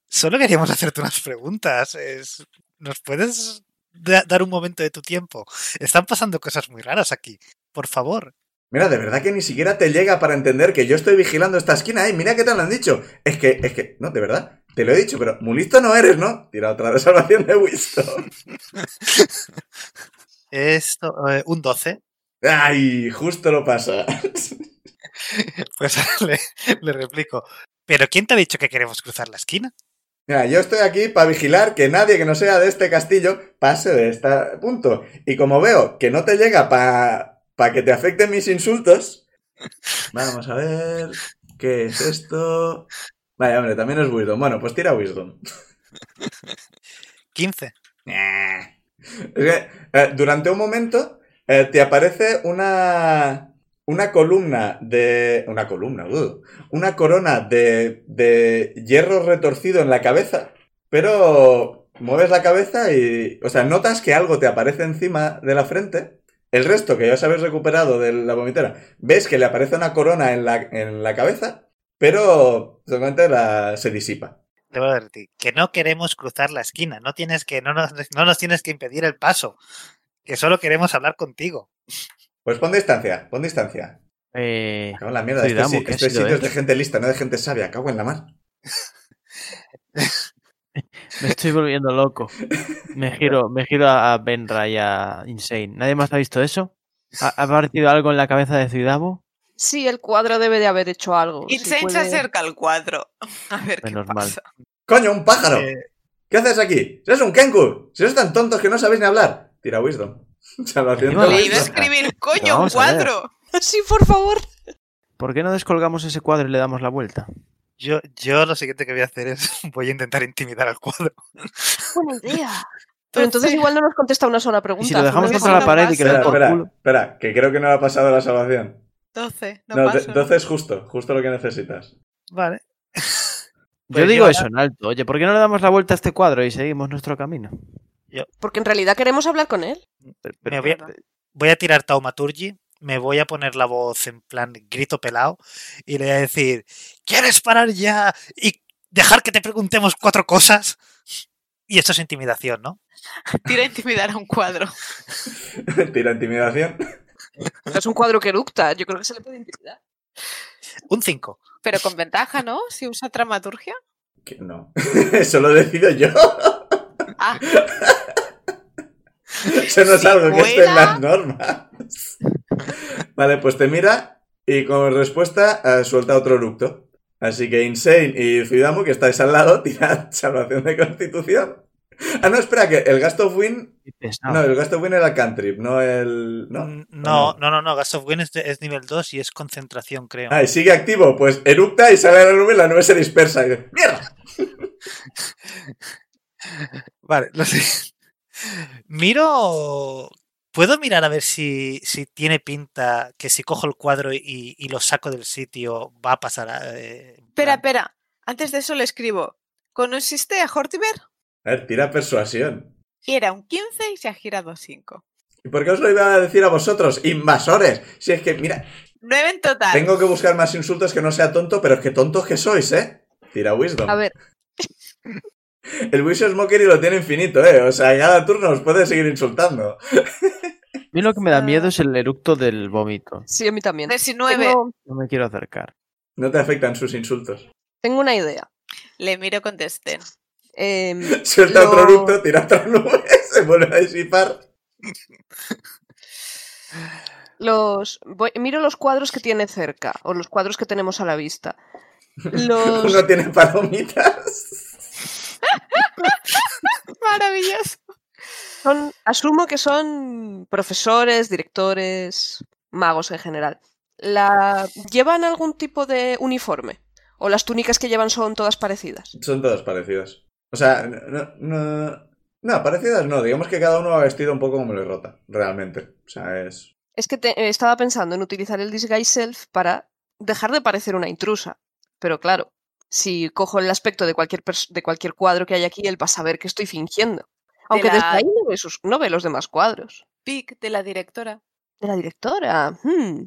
D: solo queríamos hacerte unas preguntas. es- ¿Nos puedes da- dar un momento de tu tiempo? Están pasando cosas muy raras aquí. Por favor.
A: Mira, de verdad que ni siquiera te llega para entender que yo estoy vigilando esta esquina, ¿eh? Mira que te lo han dicho. Es que, es que, no, de verdad, te lo he dicho, pero muy listo no eres, ¿no? Tira otra de salvación de Winston.
D: Esto, eh, un 12.
A: Ay, justo lo pasa.
D: Pues le, le replico. ¿Pero quién te ha dicho que queremos cruzar la esquina?
A: Mira, yo estoy aquí para vigilar que nadie que no sea de este castillo pase de este punto. Y como veo que no te llega para que te afecten mis insultos, vamos a ver qué es esto. Vaya, hombre, también es Wisdom. Bueno, pues tira Wisdom.
D: 15.
A: Nah. Eh. Es que, eh, durante un momento eh, te aparece una, una columna de... Una columna, uh, una corona de, de hierro retorcido en la cabeza, pero mueves la cabeza y... O sea, notas que algo te aparece encima de la frente. El resto que ya os habéis recuperado de la vomitera, ves que le aparece una corona en la, en la cabeza, pero solamente la, se disipa.
D: Le voy a advertir que no queremos cruzar la esquina. No tienes que, no nos, no nos tienes que impedir el paso. Que solo queremos hablar contigo.
A: Pues pon distancia, pon distancia.
E: Eh,
A: Cago en la mierda,
E: Sí,
A: este,
E: Damo,
A: si-
E: ¿qué ¿eh? ha
A: este
E: sido
A: sitio es
E: esto?
A: de gente lista, no de gente sabia. Cago en la mar.
E: me estoy volviendo loco. Me giro, me giro a a Benra y a Insane. ¿Nadie más ha visto eso? ¿Ha, ha aparecido algo en la cabeza de Ciudadamo?
B: Sí, el cuadro debe de haber hecho algo. si
C: Insane se
B: puede-
C: acerca al cuadro. A ver qué
E: Menos mal.
C: pasa.
A: ¡Coño, un pájaro!
D: Eh,
A: ¿Qué haces aquí? ¡Eres un Kenku! ¡Si eres tan tontos que no sabéis ni hablar! Tira Wisdom. Salvación de
E: Encima
C: Le
E: Vale,
C: iba a
E: ya
A: Wisdom.
E: está.
C: escribir,
E: Pero
C: coño, un
E: vamos a ver.
C: cuadro.
B: Sí, por favor.
E: ¿Por qué no descolgamos ese cuadro y le damos la vuelta?
D: yo, yo lo siguiente que voy a hacer es voy a intentar intimidar al cuadro.
B: Buena idea. Pero entonces igual no nos contesta una sola pregunta.
E: Y si lo
B: hace
E: dejamos
B: una
C: vez
E: contra la
C: no
E: pared y
C: pasa.
E: que le den
A: Espera,
E: por
A: espera,
E: culo.
A: espera, que creo que no le ha pasado la salvación.
C: 12, no,
A: No,
C: pasa.
A: te- entonces justo, justo lo que necesitas.
D: Vale.
E: Yo
D: Pues
E: digo
D: yo-
E: eso en alto. Oye, ¿por qué no le damos la vuelta a este cuadro y seguimos nuestro camino?
B: Porque en realidad queremos hablar con él.
E: Pero- pero-
D: Me voy, a, voy a tirar taumaturgi, me voy a poner la voz en plan grito pelado y le voy a decir, ¿quieres parar ya y dejar que te preguntemos cuatro cosas? Y esto es intimidación, ¿no?
C: Tira a intimidar a un cuadro.
A: Tira intimidación.
B: Es un cuadro que eructa. Yo creo que se le puede intimidar.
D: Un 5.
C: Pero con ventaja, ¿no? Si usa dramaturgia.
A: Que no. Eso lo decido yo.
C: Ah,
A: Eso no es
C: Si
A: algo que esté en
C: cuela.
A: las normas. Vale, pues te mira y como respuesta eh, suelta otro eructo. Así que Insane y Zuidamu, que estáis al lado, tirad salvación de constitución. Ah, no, espera, que el gasto win.
E: Qué pesado.
A: No, el gasto win era el cantrip, no el. No.
D: Mm, No,
A: no.
D: no, no, no. Gas of Wind es, de- es nivel 2 y es concentración, creo.
A: Ah, y sigue activo. Pues eructa y sale la nube y la nube se dispersa. Y dice, ¡Mierda!
D: Vale, lo sé. Miro. ¿Puedo mirar a ver si, si tiene pinta que si cojo el cuadro y, y lo saco del sitio va a pasar a. eh, en
C: espera,
D: plan-
C: espera. Antes de eso le escribo. ¿Conociste a Hortimer?
A: A ver, tira persuasión.
C: Era un 15 y se ha girado a 5.
A: ¿Y por qué os lo iba a decir a vosotros? ¡Invasores! Si es que, mira,
C: 9 en total.
A: tengo que buscar más insultos que no sea tonto, pero es que tontos que sois, ¿eh? Tira Wisdom.
B: A ver,
A: El Wish Smokery lo tiene infinito, ¿eh? O sea, cada turno os puede seguir insultando.
E: A mí lo que me da miedo
C: Ah.
E: es el eructo del vómito.
B: sí, a mí también.
C: Pues, 19.
B: Tengo,
E: No me quiero acercar.
A: No te afectan sus insultos.
B: tengo una idea.
C: Le miro con Desdén.
B: Em,
A: Suelta
B: Lo-
A: otro eructo, tira otra nube, se vuelve a disipar.
B: los, voy- miro los cuadros que tiene cerca, o los cuadros que tenemos a la vista. Los,
A: Uno tiene palomitas.
C: Maravilloso.
B: Son, asumo que son profesores, directores, magos en general. La, ¿Llevan algún tipo de uniforme? ¿O las túnicas que llevan son todas parecidas?
A: Son todas parecidas. O sea, no, no, no, parecidas no. Digamos que cada uno va vestido un poco como le rota, realmente. O sea, es...
B: Es que te- eh, estaba pensando en utilizar el disguise self para dejar de parecer una intrusa. Pero claro, si cojo el aspecto de cualquier, pers- de cualquier cuadro que hay aquí, él va a saber que estoy fingiendo. Aunque desde
C: la-
B: ahí no ve, sus- no ve los demás cuadros.
C: Pic de la directora.
B: De la directora. hmm,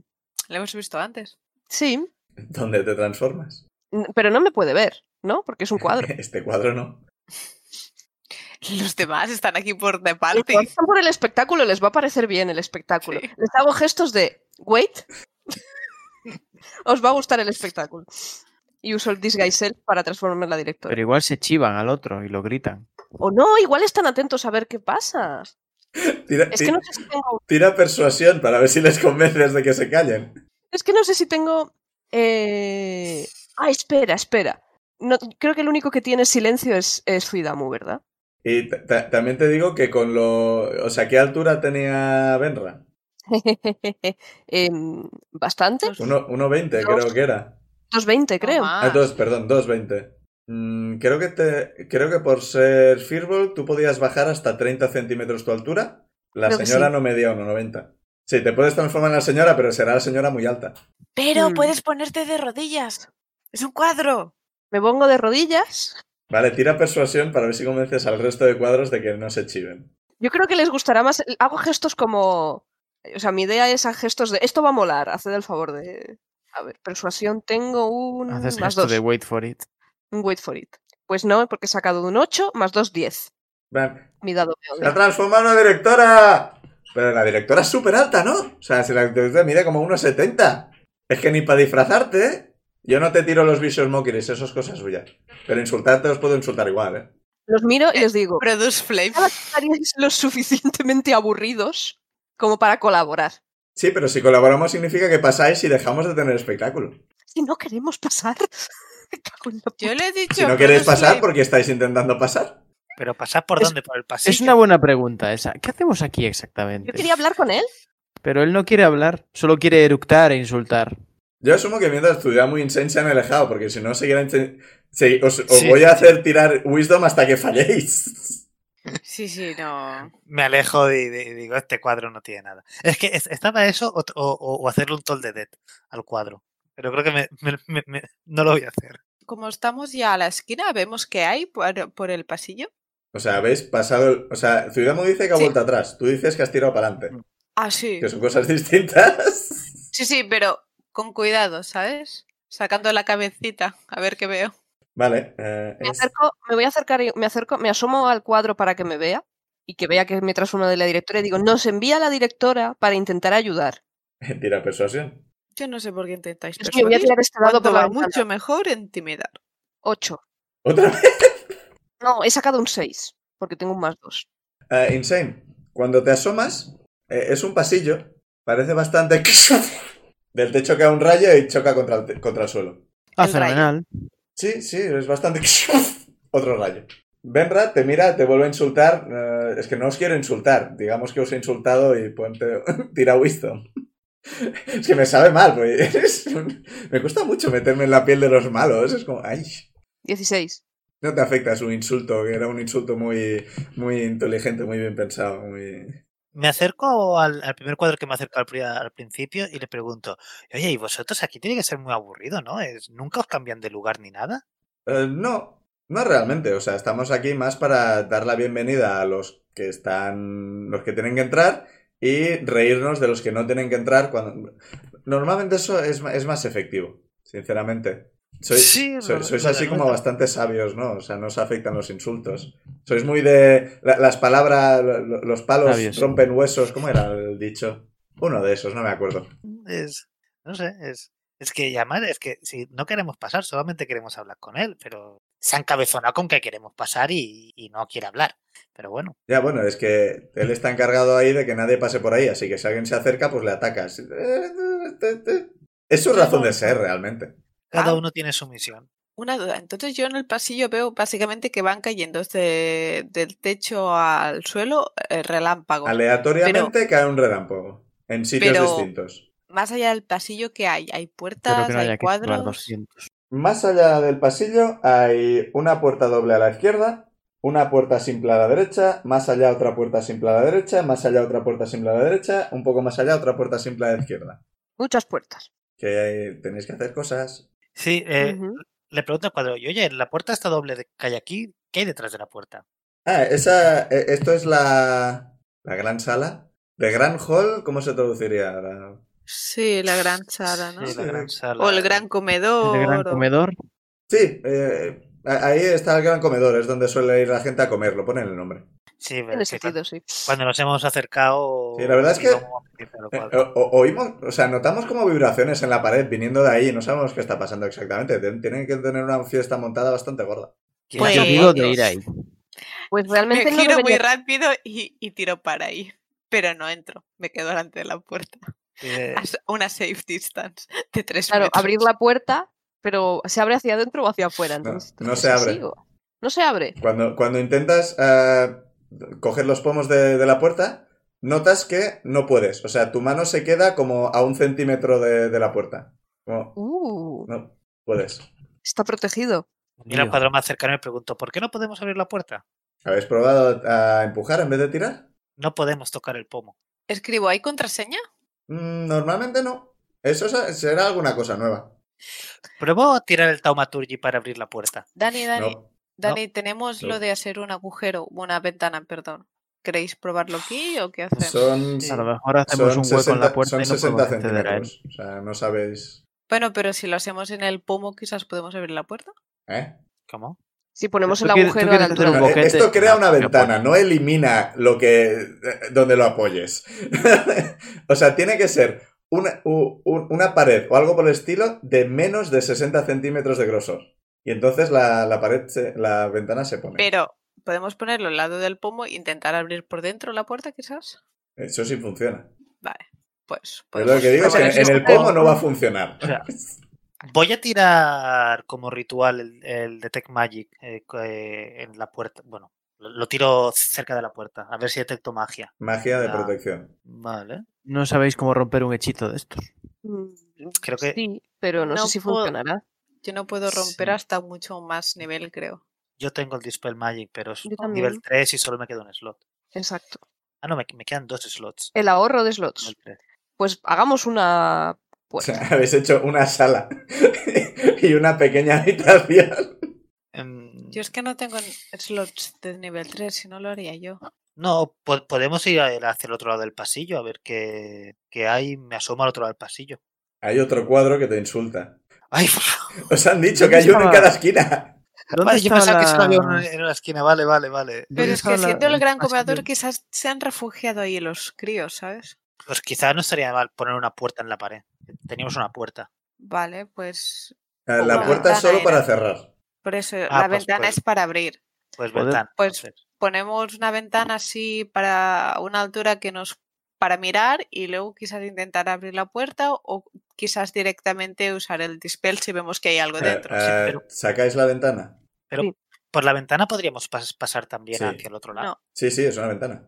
C: La hemos visto antes.
B: sí,
A: ¿Dónde te transformas?
B: n- pero no me puede ver, ¿no? Porque es un cuadro.
A: Este cuadro no.
C: Los demás están aquí por de
B: Los
C: parte.
B: que optan por el espectáculo les va a parecer bien el espectáculo.
C: Sí.
B: Les hago gestos de wait. Os va a gustar el espectáculo. Y uso el disguise self para transformarme en la
E: Pero
B: directora.
E: igual se chivan al otro y lo gritan.
B: O no, igual están atentos a ver qué pasa.
A: Tira,
B: Es que
A: ti-
B: no sé si tengo.
A: tira persuasión para ver si les convences de que se callen.
B: Es que no sé si tengo. eh, Ah, espera, espera. No, creo que el único que tiene silencio es, es Fuidamu, ¿verdad?
A: Y ta- ta- también te digo que con lo... O sea, ¿qué altura tenía Benra?
B: Em, Bastante.
A: Uno- 1.20
B: Dos.
A: creo que era.
B: 2.20, creo.
A: Ah,
C: Toma.
A: dos, perdón, 2.20. Mm, creo, que te, creo que por ser Firbol tú podías bajar hasta 30 centímetros tu altura. La
B: Creo que
A: señora
B: sí.
A: no medía 1.90. Sí, te puedes transformar en la señora, pero será la señora muy alta.
C: Pero
B: Mm.
C: puedes ponerte de rodillas. Es un cuadro.
B: Me pongo de rodillas.
A: Vale, tira persuasión para ver si convences al resto de cuadros de que no se chiven.
B: Yo creo que les gustará más. Hago gestos como. O sea, mi idea es a gestos de. Esto va a molar, haced el favor de. A ver, persuasión, tengo un.
E: Haces
B: más
E: gesto
B: Mm, dos.
E: de wait for it.
B: Un wait for it. Pues no, porque he sacado un 8, más 2, 10.
A: Van,
B: Mi dado me odia.
A: ¡La transformado en la directora! Pero la directora es súper alta, ¿no? O sea, si la directora mide como 1,70. Es que ni para disfrazarte, ¿eh? Yo no te tiro los vicios moquiris, eso es cosa suya. Pero insultarte os puedo insultar igual, ¿eh?
B: Los miro y les digo.
C: Produce Flame.
B: "Pensaba que estaríais lo suficientemente aburridos como para colaborar.
A: Sí, pero si colaboramos significa que pasáis y dejamos de tener espectáculo.
B: Si no queremos pasar. me cago en la
C: Yo
B: puta.
C: le he dicho.
A: Si no queréis
C: Produce
A: pasar,
C: Flame.
A: porque estáis intentando pasar?
D: Pero pasar por
E: Es-
D: dónde? Por el pasillo.
E: Es una buena pregunta esa. ¿Qué hacemos aquí
B: Yo
E: exactamente?
B: quería hablar con él.
E: Pero él no quiere hablar, solo quiere eructar e insultar.
A: Yo asumo que mientras estudiaba muy insane se han alejado, porque si no seguirán... insen- Sí, os, os
E: Sí.
A: voy a hacer tirar wisdom hasta que falléis.
C: Sí, sí, no.
D: Me alejo y, di- digo, este cuadro no tiene nada. Es que es- estaba eso o, o- o hacerle un toll de dead al cuadro. Pero creo que me- me- me- me- no lo voy a hacer.
C: Como estamos ya a la esquina, vemos que hay por, por el pasillo.
A: O sea, habéis pasado... el- O sea, Zuidamu dice que ha
C: Sí.
A: vuelto atrás. Tú dices que has tirado para adelante.
C: Ah, sí.
A: Que son cosas distintas.
C: Sí, sí, pero con cuidado, ¿sabes? Sacando la cabecita, a ver qué veo.
A: Vale. eh,
B: Me
A: es-
B: acerco, me voy a acercar, y- me acerco, me asomo al cuadro para que me vea y que vea que me transformo de la directora y digo, nos envía la directora para intentar ayudar.
A: Tira persuasión.
C: Yo no sé por qué intentáis
B: Es que voy a
C: persuadir.
B: tirar este dado
C: Cuando
B: por
C: va
B: la mucho.
C: mucho mejor intimidar.
B: 8.
A: ¿Otra vez?
B: No, he sacado un 6, porque tengo un más 2.
A: Eh, insane. Cuando te asomas, eh, es un pasillo. Parece bastante. Del techo cae un rayo y choca contra el, te- contra el suelo.
E: Ah,
C: El rayo.
E: fenomenal.
A: Sí, sí, es bastante. Otro rayo. Benra te mira, te vuelve a insultar. eh, es que no os quiero insultar. Digamos que os he insultado y ponte. Tira Wisdom. es que me sabe mal, güey. Es un- Me cuesta mucho meterme en la piel de los malos. Es como. ¡Ay!
B: 16.
A: No te afecta su insulto, que era un insulto muy, muy inteligente, muy bien pensado. Muy...
D: Me acerco al, al primer cuadro que me acercó al, pri- al principio y le pregunto, oye, ¿y vosotros aquí tiene que ser muy aburrido, no? Es, ¿Nunca os cambian de lugar ni nada?
A: Eh, no, no realmente. O sea, estamos aquí más para dar la bienvenida a los que están. los que tienen que entrar y reírnos de los que no tienen que entrar cuando. Normalmente eso es, ma- es más efectivo, sinceramente. Sois,
D: Sí, lo-
A: sois, sois
D: lo
A: así como
D: lamento.
A: bastante sabios, ¿no? O sea, no os afectan los insultos. Sois muy de. la- las palabras, lo- lo- los palos
E: Sabios.
A: rompen huesos. ¿Cómo era el dicho? Uno de esos, no me acuerdo.
D: Es, no sé, es, es que llamar, es que si no queremos pasar, solamente queremos hablar con él, pero se han cabezonado con que queremos pasar y, y no quiere hablar. Pero bueno,
A: Ya, bueno, es que él está encargado ahí de que nadie pase por ahí, así que si alguien se acerca, pues le atacas. Es su razón de ser, realmente.
D: cada
C: Ah.
D: uno tiene su misión.
C: Una duda. Entonces yo en el pasillo veo básicamente que van cayendo desde- del techo al suelo eh, relámpagos.
A: Aleatoriamente cae un relámpago en sitios
C: Pero-
A: distintos.
C: Más allá del pasillo, ¿qué hay? ¿Hay
E: Espero
C: puertas?
E: que no
C: ¿Hay
E: haya que activar
C: cuadros?
E: 200.
A: Más allá del pasillo hay una puerta doble a la izquierda, una puerta simple a la derecha, más allá otra puerta simple a la derecha, más allá otra puerta simple a la derecha, un poco más allá otra puerta simple a la izquierda.
B: Muchas puertas.
A: Que ahí tenéis que hacer cosas.
D: Sí, eh,
B: Ujú.
D: le pregunto al cuadro, y oye, la puerta está doble de- que hay aquí, ¿qué hay detrás de la puerta?
A: Ah, esa, eh, esto es la, la gran sala. ¿De gran hall? ¿Cómo se traduciría? La-
C: Sí, la gran sala, ¿no?
D: Sí, la gran sala. eh,
C: O el gran comedor.
E: El gran
C: o-
E: comedor.
A: Sí, eh, a- ahí está el gran comedor, es donde suele ir la gente a comer, lo ponen el nombre.
D: Sí, pero
B: Tiene
D: es que cuando-
B: sentido, sí.
D: cuando nos hemos acercado.
A: Sí, la verdad es que-
D: íbamos a empezar el
A: Eh,
D: cuadro.
A: o- o- oímos, o sea, notamos como vibraciones en la pared viniendo de ahí, no sabemos qué está pasando exactamente. Ten- Tienen que tener una fiesta montada bastante gorda.
D: ¿Quién
C: Pues-
D: ha
E: Yo
D: llamado?
E: digo de ir ahí.
B: Pues
C: Me
B: realmente no
C: giro muy
B: debería-
C: rápido y, y tiro para ahí. Pero no entro. Me quedo delante de la puerta.
D: Eh,
C: A s- Una safe distance de tres
B: Claro,
C: metros.
B: abrir la puerta, pero ¿se abre hacia adentro o hacia afuera?
A: No,
B: Entonces,
A: no
B: ¿es
A: se abre.
B: así o- No se abre.
A: Cuando, cuando intentas eh, coger los pomos de, de la puerta, notas que no puedes. O sea, tu mano se queda como a un centímetro de, de la puerta. Como,
B: Uh,
A: no puedes.
B: está protegido.
D: Mira el
E: Dios.
D: cuadro más cercano y pregunto, ¿por qué no podemos abrir la puerta?
A: ¿Habéis probado a empujar en vez de tirar?
D: No podemos tocar el pomo.
C: Escribo, ¿hay contraseña?
A: Mm, normalmente no. Eso se- será alguna cosa nueva.
D: Pruebo a tirar el taumaturgi para abrir la puerta.
C: Dani, Dani,
A: No.
C: Dani, tenemos
A: No.
C: lo de hacer un agujero, una ventana, perdón. ¿Queréis probarlo aquí o qué hacemos?
A: Son,
E: A lo mejor hacemos
A: son
E: un hueco en
A: 60
E: la puerta
A: son
E: y no
A: 60
E: podemos acceder a él.
A: centímetros. O sea, no sabéis.
C: Bueno, pero si lo hacemos en el pomo, quizás podemos abrir la puerta.
A: ¿Eh?
D: ¿Cómo?
B: Si ponemos
E: ¿Tú
B: el
E: quieres- tú
B: agujero a la
E: quieres hacer
B: altura.
E: un
B: de-
A: No, eh,
E: boquete
A: esto crea
E: en la-
A: una
E: en la
A: ventana,
E: puerta.
A: no elimina lo que. eh, donde lo apoyes. o sea, tiene que ser una, u- u- una pared o algo por el estilo de menos de 60 centímetros de grosor. Y entonces la, la pared, se- la ventana se pone.
C: Pero podemos ponerlo al lado del pomo e intentar abrir por dentro la puerta, quizás.
A: Eso sí funciona.
C: Vale, pues.
A: Yo lo que digo es
C: probar
A: que en
C: eso.
A: el pomo no va a funcionar.
D: O sea, voy a tirar como ritual el, el Detect Magic eh, co- eh, en la puerta. Bueno, lo, lo tiro cerca de la puerta, a ver si detecto magia.
A: Magia de
D: Ah.
A: protección.
D: Vale.
E: No sabéis cómo romper un hechizo de estos.
B: Mm,
D: Creo que
B: Sí, pero no,
C: No
B: sé si
C: puedo-
B: funcionará.
C: Yo no puedo romper
D: Sí.
C: hasta mucho más nivel, creo.
D: yo tengo el Dispel Magic, pero es
B: Yo
D: nivel
B: también.
D: 3 y solo me queda un slot.
B: Exacto.
D: Ah, no, me, me quedan dos slots.
B: El ahorro de
D: nivel
B: slots.
D: tres.
B: Pues hagamos una
A: O sea,
B: puerta.
A: habéis hecho una sala y una pequeña habitación.
D: Em,
C: Yo es que no tengo n- slots de nivel 3, si no lo haría yo.
D: No, po- podemos ir a- hacia el otro lado del pasillo a ver qué, qué hay. Me asomo al otro lado del pasillo.
A: Hay otro cuadro que te insulta.
D: Ay,
A: Os han dicho que hay uno en cada esquina.
E: ¿Dónde
C: Pues
D: vale, yo
E: estaba
D: pensaba que solo había
E: Pues la-
D: uno en una esquina. Vale, vale, vale.
E: dónde
C: Pero es
E: estaba
C: que
E: la-
C: siendo el gran
E: pasillo?
C: comedor, quizás se han refugiado ahí los críos, ¿sabes?
D: Pues quizás no estaría mal poner una puerta en la pared. Teníamos una puerta.
C: Vale, pues.
A: Eh,
C: Una
A: La puerta es solo
C: ventana
A: para
C: era.
A: cerrar.
C: Por eso
D: Ah,
C: la
D: pues,
C: ventana
D: pues.
C: es para abrir.
D: Pues
E: Joder.
D: ventana.
C: Pues-
D: entonces.
C: Ponemos una ventana así para una altura que nos para mirar y luego quizás intentar abrir la puerta o quizás directamente usar el dispel si vemos que hay algo dentro.
A: Eh,
D: sí,
A: eh,
D: pero-
A: ¿Sacáis la ventana?
D: Por la ventana podríamos pas- pasar también
A: Sí.
D: hacia el otro lado.
C: No.
A: Sí, sí, es una ventana.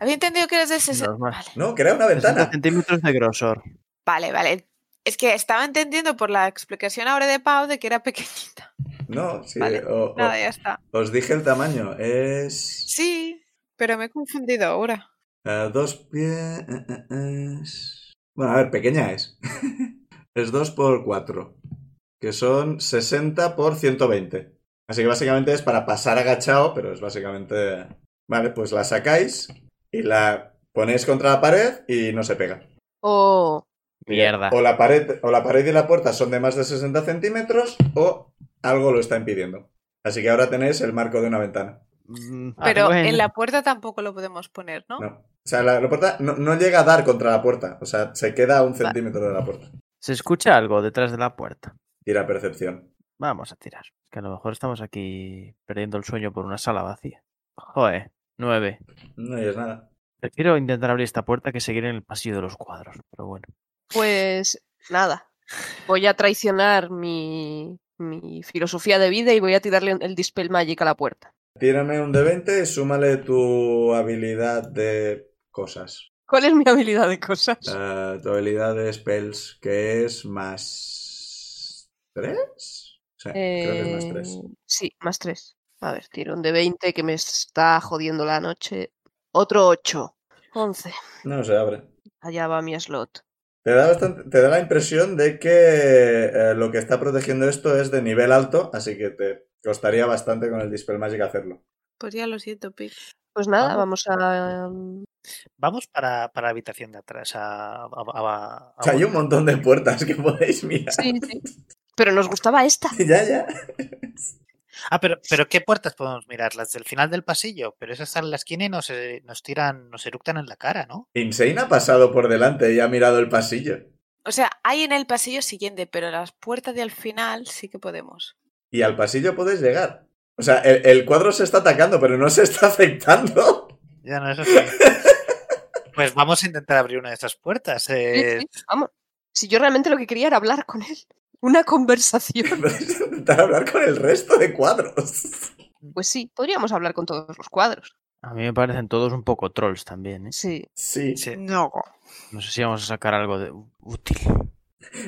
C: Había entendido que eres de ese...
E: Normal.
C: Vale.
A: No, que era una
E: 60
A: ventana.
E: centímetros de grosor.
C: Vale, vale. Es que estaba entendiendo por la explicación ahora de Pau de que era pequeñita.
A: No, sí,
C: Vale.
E: Oh.
A: o- o-
C: Nada, ya está.
A: os dije el tamaño. Es
C: Sí, pero me he confundido ahora.
A: eh, dos pies... Bueno, a ver, pequeña es. es 2 por 4, que son 60 por 120. Así que básicamente es para pasar agachado, pero es básicamente... Vale, pues la sacáis y la ponéis contra la pared y no se pega.
B: O
E: Mierda.
A: O la pared, o la pared y la puerta son de más de 60 centímetros o algo lo está impidiendo. Así que ahora tenéis el marco de una ventana.
E: Mm, ah,
C: Pero
E: bueno.
C: en la puerta tampoco lo podemos poner, ¿no?
A: No. O sea, la, la puerta no, no llega a dar contra la puerta. O sea, se queda a un centímetro de la puerta.
E: Se escucha algo detrás de la puerta.
A: Tira percepción.
E: Vamos a tirar. Que a lo mejor estamos aquí perdiendo el sueño por una sala vacía. Joder, nueve.
A: No oyes nada.
E: Prefiero intentar abrir esta puerta que seguir en el pasillo de los cuadros, pero bueno.
B: pues nada. Voy a traicionar mi, mi filosofía de vida y voy a tirarle el dispel magic a la puerta.
A: Tírame un D20 y súmale tu habilidad de cosas.
B: ¿Cuál es mi habilidad de cosas?
A: Eh, tu habilidad de spells, que es más... ¿Tres? Sí, creo que es más
B: Eh,
A: tres.
B: Sí, más 3. A ver, tiro un de 20 que me está jodiendo la noche. Otro 8. 11.
A: No, se abre.
B: Allá va mi slot.
A: Te da, bastante- te da la impresión de que eh, lo que está protegiendo esto es de nivel alto, así que te costaría bastante con el Dispel Magic hacerlo.
C: Pues ya lo siento, Pic.
B: Pues nada,
D: Vamos.
B: vamos a. um,
D: Vamos para, para la habitación de atrás. A, a- a- a-
A: O sea, hay un montón de puertas que podéis mirar.
B: Sí, sí. Pero nos gustaba esta.
A: ya, ya.
D: Ah, pero, pero ¿qué puertas podemos mirar? Las del final del pasillo. Pero esas están en la esquina y nos, eh, nos tiran, nos eructan en la cara, ¿no?
A: Insane ha pasado por delante y ha mirado el pasillo.
C: O sea, hay en el pasillo siguiente, pero las puertas de al final sí que podemos.
A: Y al pasillo podéis llegar. O sea, el, el cuadro se está atacando, pero no se está aceptando.
D: Ya no, eso sí. Pues vamos a intentar abrir una de esas puertas. eh,
B: Sí, sí, vamos. Si yo realmente lo que quería era hablar con él. Una conversación.
A: Podéis intentar hablar con el resto de cuadros.
B: Pues sí, podríamos hablar con todos los cuadros.
E: A mí me parecen todos un poco trolls también, ¿eh?
B: Sí.
A: Sí.
D: sí.
C: No.
E: No sé si vamos a sacar algo de ú- útil.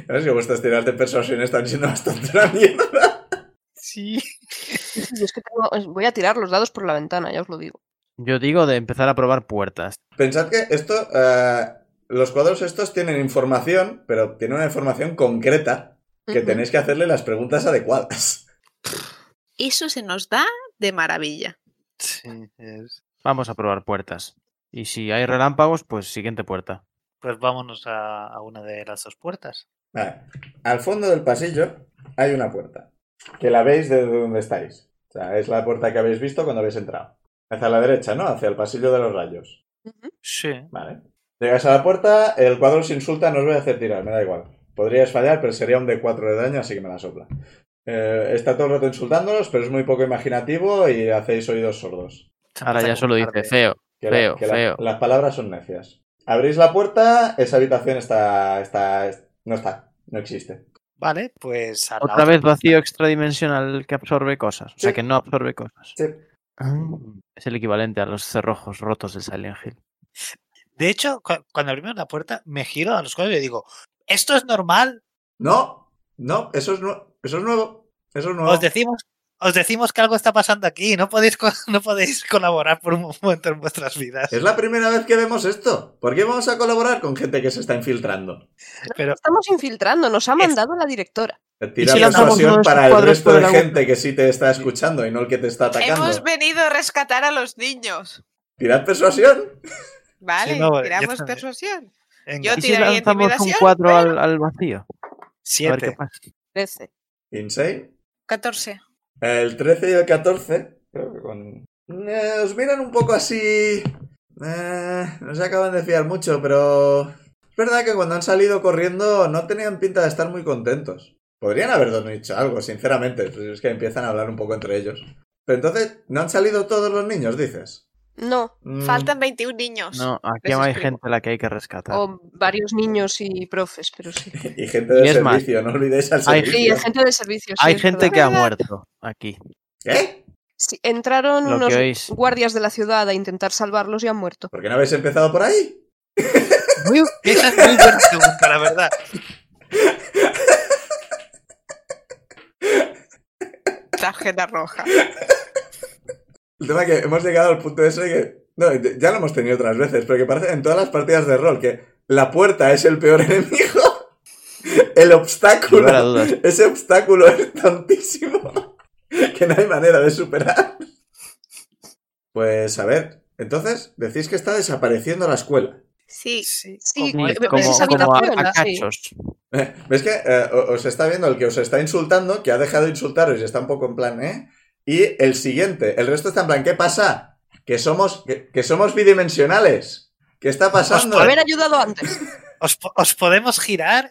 A: A ver si vuestras tiras de persuasión están siendo bastante una mierda.
C: Sí.
B: sí, sí, yo es que tengo- os voy a tirar los dados por la ventana, ya os lo digo.
E: Yo digo de empezar a probar puertas.
A: Pensad que esto, eh, los cuadros estos tienen información, pero tienen una información concreta que
B: Ujú.
A: tenéis que hacerle las preguntas adecuadas.
C: Eso se nos da de maravilla.
D: sí, es-
E: Vamos a probar puertas. Y si hay relámpagos, pues siguiente puerta.
D: Pues vámonos a, a una de las dos puertas.
A: Vale. Ah, Al fondo del pasillo hay una puerta, que la veis desde donde estáis. O sea, es la puerta que habéis visto cuando habéis entrado. Hacia la derecha, ¿no? Hacia el pasillo de los rayos.
B: Ujú.
D: Sí.
A: Vale. Llegáis a la puerta, el cuadro os insulta, no os voy a hacer tirar, me da igual. Podríais fallar, pero sería un D4 de daño, así que me la sopla. Eh, está todo el rato insultándolos, pero es muy poco imaginativo y hacéis oídos sordos.
D: Se
E: Ahora
D: empieza
E: ya
D: a
E: solo
D: comportar
E: dice
D: de-
E: feo.
A: Que
E: Feo,
A: que
E: feo.
A: las palabras son necias. Abrís la puerta, esa habitación está, está, es- no está, no existe.
D: Vale, pues a la
E: Otra
D: otra
E: vez
D: puerta.
E: vacío extradimensional que absorbe cosas. O sea,
A: Sí.
E: que no absorbe cosas.
A: Sí.
E: Ah, Es el equivalente a los cerrojos rotos de Silent Hill.
D: De hecho, cu- cuando abrimos la puerta, me giro a los cuadros y digo, ¿esto es normal?
A: No, no, eso es, nue- eso es nuevo, eso es nuevo.
D: Os decimos, os decimos que algo está pasando aquí, no podéis, co- no podéis colaborar por un momento en vuestras vidas.
A: Es la primera vez que vemos esto. ¿Por qué vamos a colaborar con gente que se está infiltrando?
D: Pero
B: Estamos infiltrando, nos ha
D: Es-
B: mandado la directora.
A: Tira
D: si lanzamos
A: persuasión
B: uno de sus
A: para el
B: cuadros
A: resto
B: por
A: de
B: la
A: gente que sí te está escuchando y no el que te está atacando.
C: Hemos venido a rescatar a los niños.
A: Tirad persuasión.
C: Vale,
D: Sí, no, ya
C: tiramos
D: está bien.
C: persuasión.
D: venga,
C: Yo
E: ¿Y si
C: tiraría
E: lanzamos un
C: intimidación,
E: cuadro al, al vacío? A ver qué
D: siete.
E: pasa.
B: 13.
A: Insane.
C: 14.
A: El 13 y el 14, creo que con... Eh, os miran un poco así... Eh, no se acaban de fiar mucho, pero... Es verdad que cuando han salido corriendo no tenían pinta de estar muy contentos. Podrían habernos dicho algo, sinceramente. pues Es que empiezan a hablar un poco entre ellos. Pero entonces, ¿no han salido todos los niños, dices?
B: No,
A: Mm,
F: Faltan 21 niños.
E: No, aquí
F: les
E: hay
F: explico.
E: gente a la que hay que rescatar.
B: o varios niños y profes, pero sí.
A: Y gente de
E: Y es más,
A: servicio, no olvidéis al
E: hay-
B: Sí,
A: servicio.
B: hay gente de servicio. sí,
E: hay
B: es
E: gente
B: verdad.
E: que ha muerto aquí.
A: ¿Eh?
B: Sí, entraron
E: Lo
B: unos
E: que oís.
B: guardias de la ciudad a intentar salvarlos y han muerto.
A: ¿Por qué no habéis empezado por ahí?
D: Muy- esa es muy buena pregunta, la verdad.
C: Tarjeta roja.
A: El tema es que hemos llegado al punto ese que... No, ya lo hemos tenido otras veces, pero que parece en todas las partidas de rol que la puerta es el peor enemigo. El
E: Sin lugar a
A: obstáculo.
E: dudas.
A: Ese obstáculo es tantísimo que no hay manera de superar. Pues a ver, entonces decís que está desapareciendo la escuela.
F: Sí.
B: Sí,
E: Sí,
B: pero- pero
E: como,
B: es
E: como a-
B: habitación,
E: a,
B: sí.
E: cachos.
A: ¿Ves que eh, o- os está viendo el que os está insultando, que ha dejado de insultaros y está un poco en plan, ¿eh? Y el siguiente, el resto está en plan, ¿qué pasa? Que somos, que, que somos bidimensionales. ¿Qué está
E: Pues,
A: pasando?
B: Haber ayudado antes.
D: ¿Os, po- os podemos girar?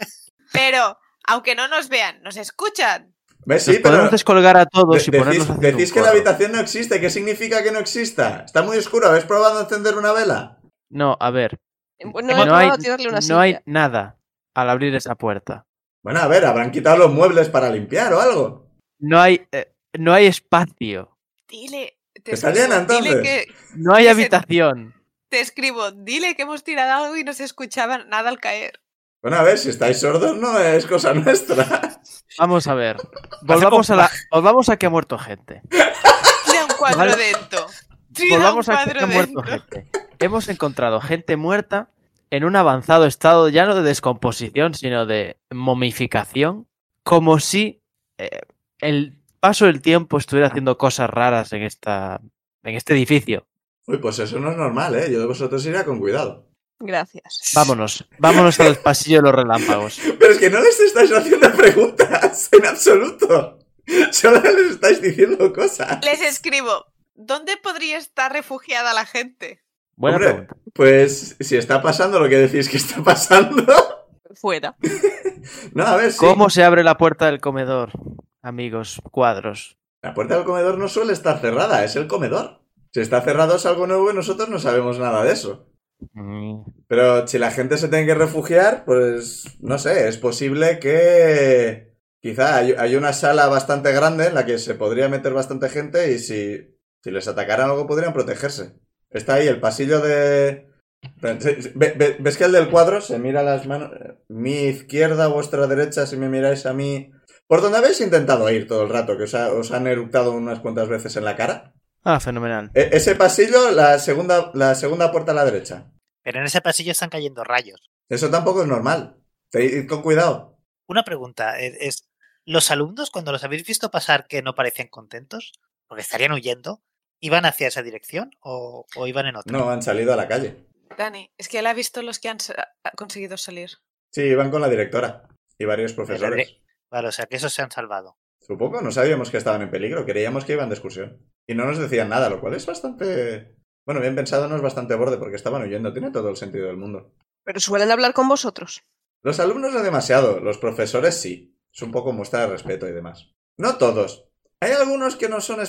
F: Pero, aunque no nos vean, nos escuchan.
A: ¿Ves?
E: Nos
A: Sí, pero
E: podemos descolgar a todos y
A: de-
E: ponernos a
A: decís,
E: hacer un
A: decís que la
E: corro.
A: habitación no existe. ¿Qué significa que no exista? Está muy oscuro. ¿Habéis probado a encender una vela?
E: No, a ver. eh,
B: Bueno,
E: No,
B: he probado
E: hay,
B: a tirarle una
E: no hay
B: silla.
E: nada al abrir esa puerta.
A: Bueno, a ver, habrán quitado los muebles para limpiar o algo.
E: No hay, eh, no hay espacio.
F: Dile.
C: Te
A: Está llena,
C: Dile
A: entonces.
C: que,
E: No hay
C: Ese-
E: habitación.
C: te escribo, dile que hemos tirado algo y no se escuchaba nada al caer.
A: Bueno, a ver, si estáis sordos no es cosa nuestra.
E: Vamos a ver. Volvamos a, la, volvamos a que ha muerto gente.
C: Tira un cuadro
E: Vale.
C: dentro. Tira
E: Volvamos
C: un
E: Pues a que eh.
C: cuadro
E: ha muerto
C: dentro.
E: gente. Hemos encontrado gente muerta en un avanzado estado ya no de descomposición, sino de momificación, como si eh, el paso del tiempo estuviera haciendo cosas raras en, esta, en este edificio.
A: Uy, pues eso no es normal, ¿eh? Yo de vosotros iría con cuidado.
B: Gracias.
E: Vámonos, vámonos al pasillo de los relámpagos.
A: Pero es que no les estáis haciendo preguntas en absoluto. Solo les estáis diciendo cosas.
F: Les escribo.
C: Escribo, ¿dónde podría estar refugiada la gente?
E: Buena
A: Hombre.
E: pregunta.
A: Pues si está pasando lo que decís que está pasando.
B: Fuera.
A: No, a ver, sí.
E: ¿Cómo se abre la puerta del comedor, amigos? Cuadros.
A: La puerta del comedor no suele estar cerrada, es el comedor. Si está cerrado es algo nuevo y nosotros no sabemos nada de eso.
E: Mm,
A: Pero si la gente se tiene que refugiar, pues no sé, es posible que quizá hay, hay una sala bastante grande en la que se podría meter bastante gente y si, si les atacaran algo podrían protegerse. Está ahí el pasillo de... Ve- ve- ¿Ves que el del cuadro se mira las manos? Mi izquierda, vuestra derecha, si me miráis a mí... ¿Por donde habéis intentado ir todo el rato? Que os, ha- os han eructado unas cuantas veces en la cara.
E: Ah, fenomenal.
A: E- ese pasillo, la segunda, la segunda puerta a la derecha.
D: Pero en ese pasillo están cayendo rayos.
A: Eso tampoco es normal. Te- Id con cuidado.
D: Una pregunta es, es, ¿los alumnos cuando los habéis visto pasar que no parecían contentos? Porque estarían huyendo. ¿Iban hacia esa dirección o, o iban en otra?
A: No, han salido a la calle.
C: Dani, es que él ha visto los que han sa- ha conseguido salir.
A: Sí, iban con la directora y varios profesores.
D: Vale, o sea que esos se han salvado.
A: Supongo, no sabíamos que estaban en peligro, creíamos que iban de excursión. Y no nos decían nada, lo cual es bastante... Bueno, bien pensado, no es bastante borde porque estaban huyendo, tiene todo el sentido del mundo.
B: Pero suelen hablar con vosotros.
A: Los alumnos no demasiado, los profesores sí. Es un poco muestra de respeto y demás. No todos. Hay algunos que no son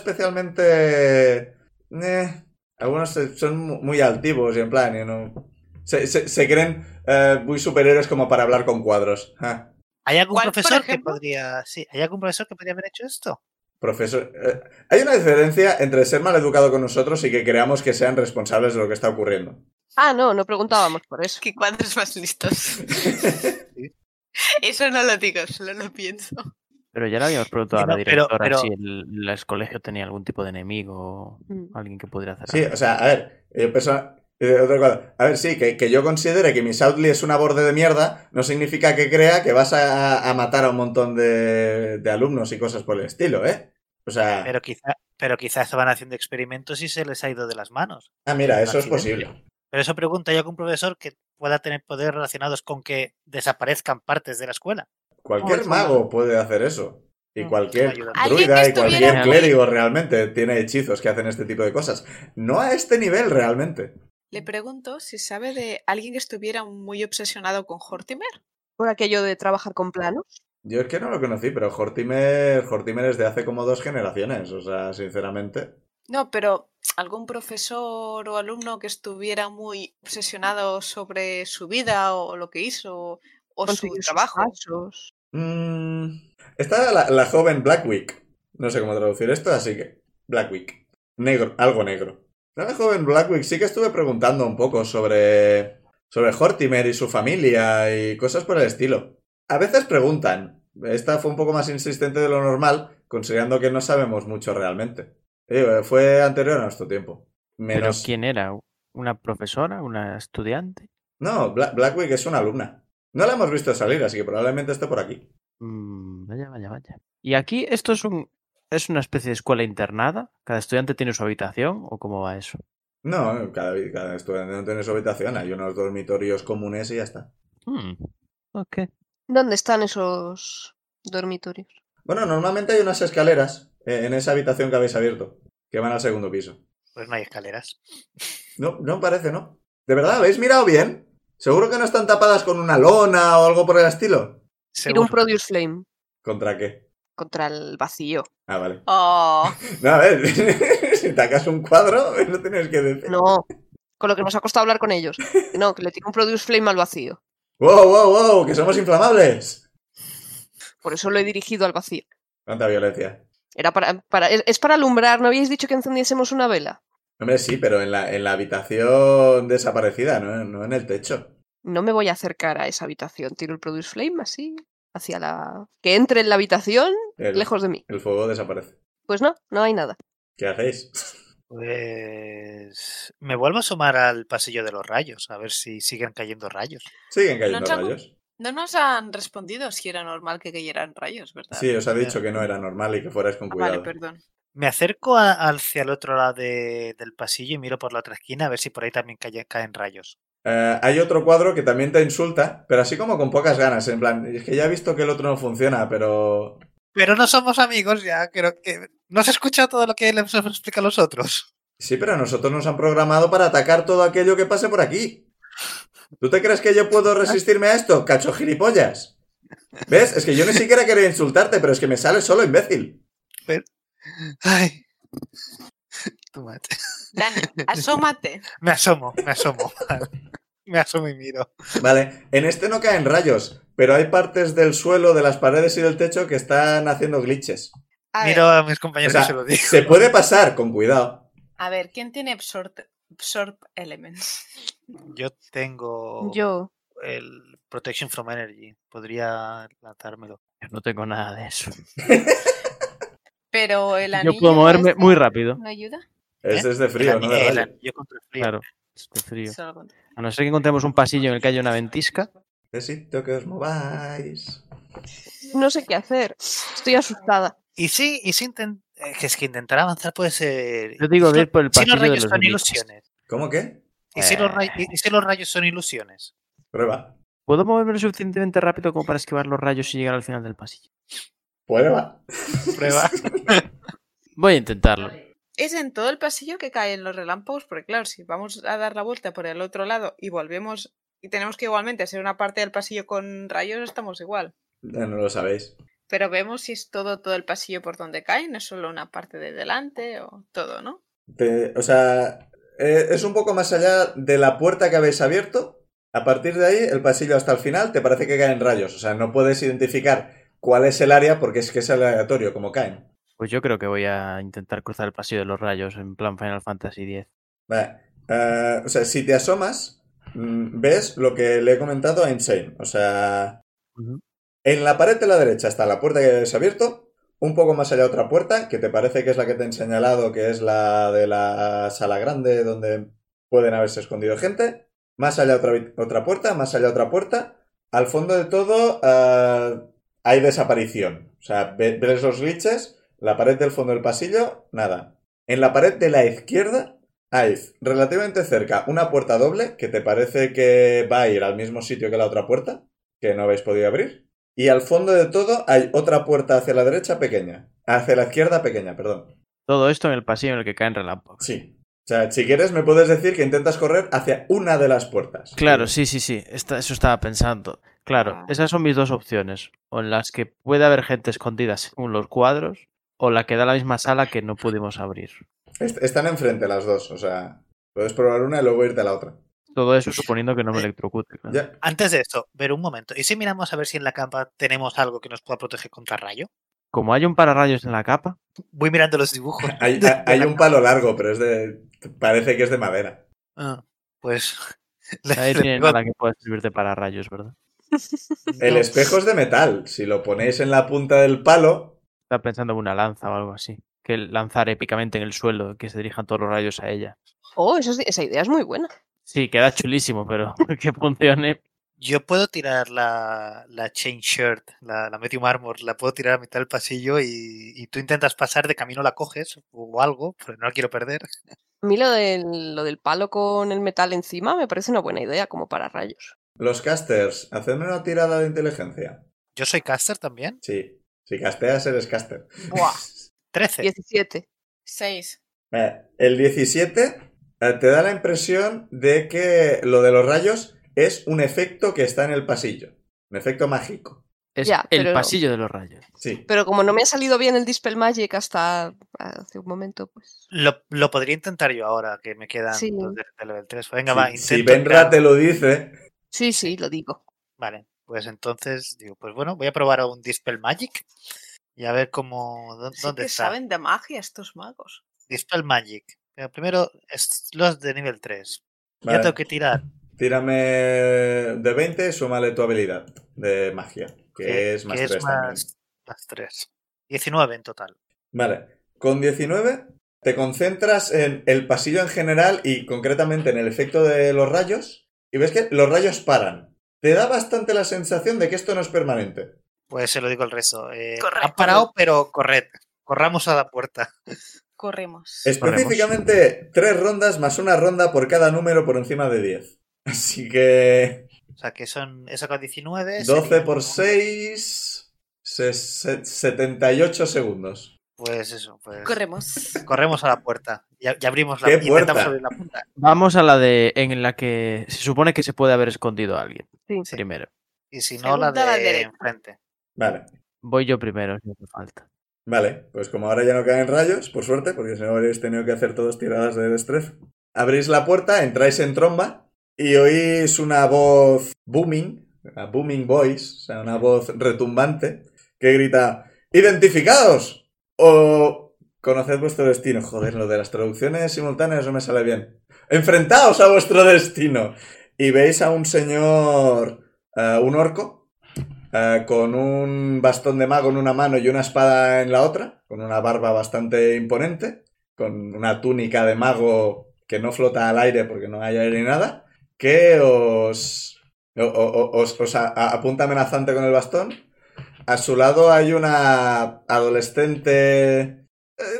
A: especialmente... eh, algunos se- son mu- muy altivos y en plan, y no... Se, se- se creen eh, muy superhéroes como para hablar con cuadros. Ja.
D: ¿Hay algún
C: ¿Cuál, por
D: profesor que
C: ejemplo?
D: podría. Sí, ¿hay algún profesor que podría haber hecho esto?
A: Profesor, eh, hay una diferencia entre ser maleducado con nosotros y que creamos que sean responsables de lo que está ocurriendo.
B: Ah, no, no preguntábamos por eso.
C: ¿Qué cuadros más listos? Eso no lo digo, solo lo pienso.
E: Pero ya le habíamos preguntado a la
D: Bueno, pero-
E: directora
D: pero-
E: si el, el colegio tenía algún tipo de enemigo
B: Mm.
E: o alguien que pudiera hacer
A: Sí,
E: algo.
A: o sea, a ver, eh, perso- eh, otra cosa. A ver, sí, que, que yo considere que mi Outly es una borde de mierda, no significa que crea que vas a, a matar a un montón de, de alumnos y cosas por el estilo, ¿eh? O sea,
D: Pero quizá, pero quizá estaban haciendo experimentos y se les ha ido de las manos.
A: ah, mira, eso es
D: accidente.
A: posible.
D: Pero eso pregunta yo algún profesor que pueda tener poderes relacionados con que desaparezcan partes de la escuela.
A: Cualquier mago puede hacer eso. Y
D: Mm,
A: cualquier
D: ayuda.
F: Alguien que
A: druida y
F: estuviera
A: cualquier
E: muy-
A: clérigo realmente tiene hechizos que hacen este tipo de cosas. No a este nivel realmente.
C: Le pregunto si sabe de alguien que estuviera muy obsesionado con Hortimer.
B: Por aquello de trabajar con planos.
A: Yo es que no lo conocí, pero Hortimer, Hortimer es de hace como dos generaciones, o sea, sinceramente.
C: No, pero algún profesor o alumno que estuviera muy obsesionado sobre su vida o lo que hizo o su
B: Consiguió sus
C: trabajo.
B: pasos.
A: Mm, está la, la joven Blackwick. No sé cómo traducir esto, así que Blackwick. Negro, algo negro. La joven Blackwick sí que estuve preguntando un poco sobre sobre Hortimer y su familia y cosas por el estilo. A veces preguntan. Esta fue un poco más insistente de lo normal, considerando que no sabemos mucho realmente. Eh, fue anterior a nuestro tiempo.
E: ¿Pero
A: Menos...
E: quién era? ¿Una profesora? ¿Una estudiante?
A: No, Bla- Blackwick es una alumna. No la hemos visto salir, así que probablemente esté por aquí.
E: Mm, vaya, vaya, vaya. Y aquí esto es un es una especie de escuela internada. Cada estudiante tiene su habitación o cómo va eso.
A: No, cada, cada estudiante no tiene su habitación, hay unos dormitorios comunes y ya está.
E: Hmm, ok.
B: ¿Dónde están esos dormitorios?
A: Bueno, normalmente hay unas escaleras eh, en esa habitación que habéis abierto, que van al segundo piso.
D: Pues no hay escaleras.
A: No, no parece, ¿no? ¿De verdad? ¿Habéis mirado bien? Seguro que no están tapadas con una lona o algo por el estilo.
B: Tiro un
D: Seguro.
B: Produce Flame
A: ¿Contra qué?
B: contra el vacío.
A: Ah, vale.
C: Oh,
A: No, a ver, si tacas un cuadro, no tienes que decir.
B: No, con lo que nos ha costado hablar con ellos. No, que le tiro un Produce Flame al vacío.
A: ¡Wow, wow, wow! ¡Que somos inflamables!
B: Por eso lo he dirigido al vacío.
A: Cuánta violencia.
B: Era para, para- es es para alumbrar, ¿no habíais dicho que encendiésemos una vela?
A: Hombre, sí, pero en la, en la habitación desaparecida, no, no en el techo.
B: No me voy a acercar a esa habitación. Tiro el Produce Flame así, hacia la... Que entre en la habitación,
A: El-
B: lejos de mí.
A: El fuego desaparece.
B: Pues no, no hay nada.
A: ¿Qué hacéis?
D: Pues me vuelvo a asomar al pasillo de los rayos, a ver si siguen cayendo rayos.
A: Siguen cayendo
C: No tengo-
A: rayos.
C: no nos han respondido si era normal que cayeran rayos, ¿verdad?
A: Sí, os ha dicho que no era normal y que fuerais con
C: Ah, vale,
A: cuidado.
C: perdón.
D: Me acerco a- hacia el otro lado de- del pasillo y miro por la otra esquina a ver si por ahí también cae- caen rayos.
A: Eh, hay otro cuadro que también te insulta, pero así como con pocas ganas, en plan, es que ya he visto que el otro no funciona, pero...
D: Pero no somos amigos ya, creo que no se escucha todo lo que les explica a los otros.
A: Sí, pero a nosotros nos han programado para atacar todo aquello que pase por aquí. ¿Tú te crees que yo puedo resistirme a esto, cacho gilipollas? ¿Ves? Es que yo ni siquiera quería insultarte, pero es que me sale solo imbécil.
D: Ay. Too much.
C: Dani, asómate.
D: Me asomo, me asomo. me asomo y miro.
A: Vale, en este no caen rayos, pero hay partes del suelo, de las paredes y del techo que están haciendo glitches.
C: A ver,
D: miro a mis
A: O
D: compañeros
A: sea,
D: y se lo digo.
A: se puede pasar, con cuidado.
C: a ver, ¿quién tiene absorb, absorb Elements?
D: Yo tengo
B: Yo...
D: el Protection from Energy. Podría lanzármelo.
E: Yo no tengo nada de eso.
C: Pero el anillo.
E: Yo puedo moverme
C: este
E: muy rápido.
C: ¿No ayuda?
A: Es,
D: ¿Eh?
A: es de frío,
D: El
A: ¿no?
D: ani-
A: De
D: el
A: rayo.
D: anillo contra el frío.
E: Claro. Este frío.
C: Solo con-
E: A no ser que encontremos un pasillo en el que haya una ventisca.
A: Necesito Eh, que os mováis.
B: No sé qué hacer. Estoy asustada.
D: Y sí, y sí inten- eh, que es que intentar avanzar puede ser.
E: Yo digo
D: si
E: de
D: lo-
E: ir por el
D: si
E: pasillo
D: los
E: de
D: rayos
E: los
D: son
E: mitos.
D: ilusiones.
A: ¿Cómo que?
D: ¿Y si, los
E: Eh.
D: ray- y- y si los rayos son ilusiones?
A: Prueba.
E: ¿Puedo moverme lo suficientemente rápido como para esquivar los rayos y llegar al final del pasillo?
A: Prueba.
D: Prueba.
E: Voy a intentarlo.
C: Es en todo el pasillo que caen los relámpagos, porque claro, si vamos a dar la vuelta por el otro lado y volvemos y tenemos que igualmente hacer una parte del pasillo con rayos, estamos igual.
A: Ya no lo sabéis.
C: Pero vemos si es todo, todo el pasillo por donde caen, no es solo una parte de delante o todo, ¿no?
A: Te- o sea, eh, es un poco más allá de la puerta que habéis abierto. A partir de ahí, el pasillo hasta el final, te parece que caen rayos. O sea, no puedes identificar cuál es el área porque es que es aleatorio como caen.
E: Pues yo creo que voy a intentar cruzar el pasillo de los rayos en plan Final Fantasy X.
A: Vale. Eh, o sea, si te asomas, mm, ves lo que le he comentado a Insane. O sea,
E: Ujú.
A: en la pared de la derecha está la puerta que habéis abierto. Un poco más allá otra puerta, que te parece que es la que te han señalado, que es la de la sala grande donde pueden haberse escondido gente. Más allá otra, vi- otra puerta, más allá otra puerta. Al fondo de todo eh, hay desaparición. O sea, ve- ves los glitches, la pared del fondo del pasillo, nada. En la pared de la izquierda hay relativamente cerca una puerta doble que te parece que va a ir al mismo sitio que la otra puerta, que no habéis podido abrir. Y al fondo de todo hay otra puerta hacia la derecha pequeña. Hacia la izquierda pequeña, perdón.
E: Todo esto en el pasillo en el que caen relámpagos.
A: Sí. O sea, si quieres me puedes decir que intentas correr hacia una de las puertas.
E: Claro, sí, sí, sí. esta- eso estaba pensando. Claro, esas son mis dos opciones. O en las que puede haber gente escondida según los cuadros, o la que da a la misma sala que no pudimos abrir.
A: Est- están enfrente las dos, o sea, puedes probar una y luego irte a la otra.
E: Todo eso suponiendo que no me electrocute. claro.
A: Ya.
D: Antes de esto, pero un momento. ¿Y si miramos a ver si en la campa tenemos algo que nos pueda proteger contra rayo?
E: Como hay un pararrayos en la capa,
D: Voy mirando los dibujos.
A: Hay, hay- hay un palo largo, pero es de. Parece que es de madera.
D: Ah, pues.
E: nadie
D: le
E: tiene
D: pego-
E: nada que pueda servir de pararrayos, ¿verdad?
A: El
D: no.
A: espejo es de metal. Si lo ponéis en la punta del palo,
E: Está pensando en una lanza o algo así. Que lanzar épicamente en el suelo, que se dirijan todos los rayos a ella.
B: Oh, eso es- esa idea es muy buena.
E: Sí, queda chulísimo, pero que funcione.
D: Yo puedo tirar la, la chain shirt, la, la medium armor, la puedo tirar a mitad del pasillo y, y tú intentas pasar, de camino la coges o algo, pero no la quiero perder.
B: A mí lo del, lo del palo con el metal encima me parece una buena idea como para rayos.
A: los casters, hacedme una tirada de inteligencia.
D: Yo soy caster también.
A: Sí. Si casteas, eres caster.
F: Buah.
D: 13.
B: 17.
F: Seis.
A: Vale, El 17 eh, te da la impresión de que lo de los rayos es un efecto que está en el pasillo. Un efecto mágico.
E: Es
B: Ya,
E: el
B: pero-
E: pasillo de los rayos.
A: Sí.
B: Pero como no me ha salido bien el Dispel Magic hasta hace un momento, pues.
D: Lo, lo podría intentar yo ahora, que me quedan
B: Sí.
D: los de, de level 3. Venga, va,
A: Si-
D: intento.
A: si Benra
D: tirar.
A: te lo dice,
B: Sí, sí, lo digo.
D: Vale, pues entonces digo, pues bueno, voy a probar a un Dispel Magic y a ver cómo. dó-
F: Sí
D: ¿Dónde
F: que
D: está?
F: saben de magia estos magos.
D: Dispel Magic. Pero primero, es los de nivel 3.
A: Vale.
D: Ya tengo que tirar.
A: tírame de 20 y súmale tu habilidad de magia, que es más 3 también.
D: más, más 3. 19 en total.
A: Vale. Con 19 te concentras en el pasillo en general y concretamente en el efecto de los rayos y ves que los rayos paran. Te da bastante la sensación de que esto no es permanente.
D: Pues se lo digo al resto. Eh,
F: Corred,
D: han parado, pero corred. Corramos a la puerta.
F: Corremos.
A: Específicamente, tres rondas más una ronda por cada número por encima de 10. Así que
D: O sea, que son. He sacado 19.
A: 12
D: serían
A: por
D: como-
A: 6, 78 segundos.
D: Pues eso. Pues,
F: Corremos.
D: corremos a la puerta. Ya, ya abrimos la
A: ¿Qué
D: y intentamos
A: puerta?
D: abrir la puerta.
E: Vamos a la de en la que se supone que se puede haber escondido a alguien.
B: Sí.
D: Sí.
E: Primero.
D: Y si no, la
F: Segunda, la
D: de
F: derecha.
D: enfrente.
A: Vale.
E: Voy yo primero, si hace falta.
A: Vale, pues como ahora ya no caen rayos, por suerte, porque si no habréis tenido que hacer todos tiradas de destreza. Abrís la puerta, entráis en tromba y oís una voz booming, una booming voice, o sea, una voz retumbante, que grita, ¡Identificados! O conoced vuestro destino. Joder, lo de las traducciones simultáneas no me sale bien. ¡Enfrentaos a vuestro destino! Y veis a un señor, eh, un orco, eh, con un bastón de mago en una mano y una espada en la otra, con una barba bastante imponente, con una túnica de mago que no flota al aire porque no hay aire ni nada, que os, o- o- o- os, os a- a- apunta amenazante con el bastón. A su lado hay una adolescente... eh,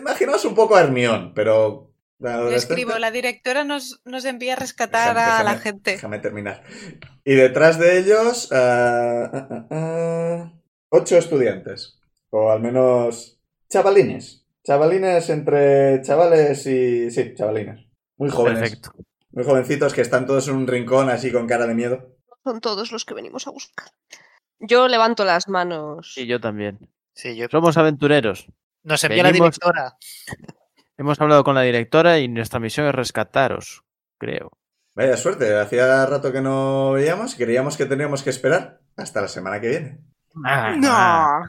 A: Imaginaos un poco a Hermión, pero...
F: Yo
A: adolescente-
F: escribo, la directora nos, nos envía a rescatar
A: Déjame-
F: a la
A: déjame-
F: gente.
A: Déjame terminar. Y detrás de ellos, ah, ah, ah, ah, ocho estudiantes. O al menos chavalines. Chavalines entre chavales y... Sí, chavalines. Muy jóvenes.
E: Perfecto.
A: Muy jovencitos que están todos en un rincón así con cara de miedo.
B: Son todos los que venimos a buscar. Yo levanto las manos.
E: Sí, yo también.
D: Sí, yo.
E: Somos aventureros.
D: Nos envía la
E: Venimos-
D: directora.
E: Hemos hablado con la directora y nuestra misión es rescataros, creo.
A: Vaya suerte, hacía rato que no veíamos y creíamos que teníamos que esperar hasta la semana que viene.
E: Ah.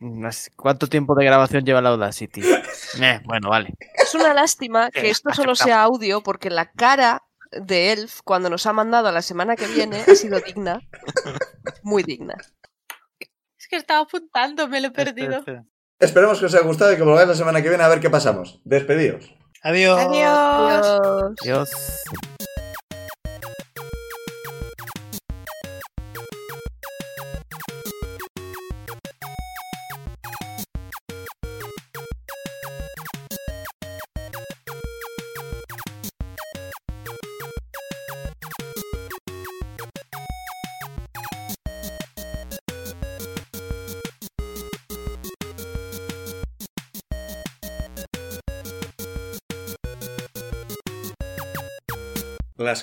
E: Unas- ¿Cuánto tiempo de grabación lleva la Audacity? Eh, bueno, vale.
B: Es una lástima que
D: Sí,
B: esto solo
D: aceptamos.
B: sea audio porque la cara de Elf cuando nos ha mandado a la semana que viene ha sido digna. Muy digna.
F: Es que estaba apuntando, me lo he perdido.
D: Este- este.
A: Esperemos que os haya gustado y que volváis la semana que viene a ver qué pasamos. Despedidos.
D: Adiós.
F: Adiós.
B: Adiós.
E: Dios.
A: Las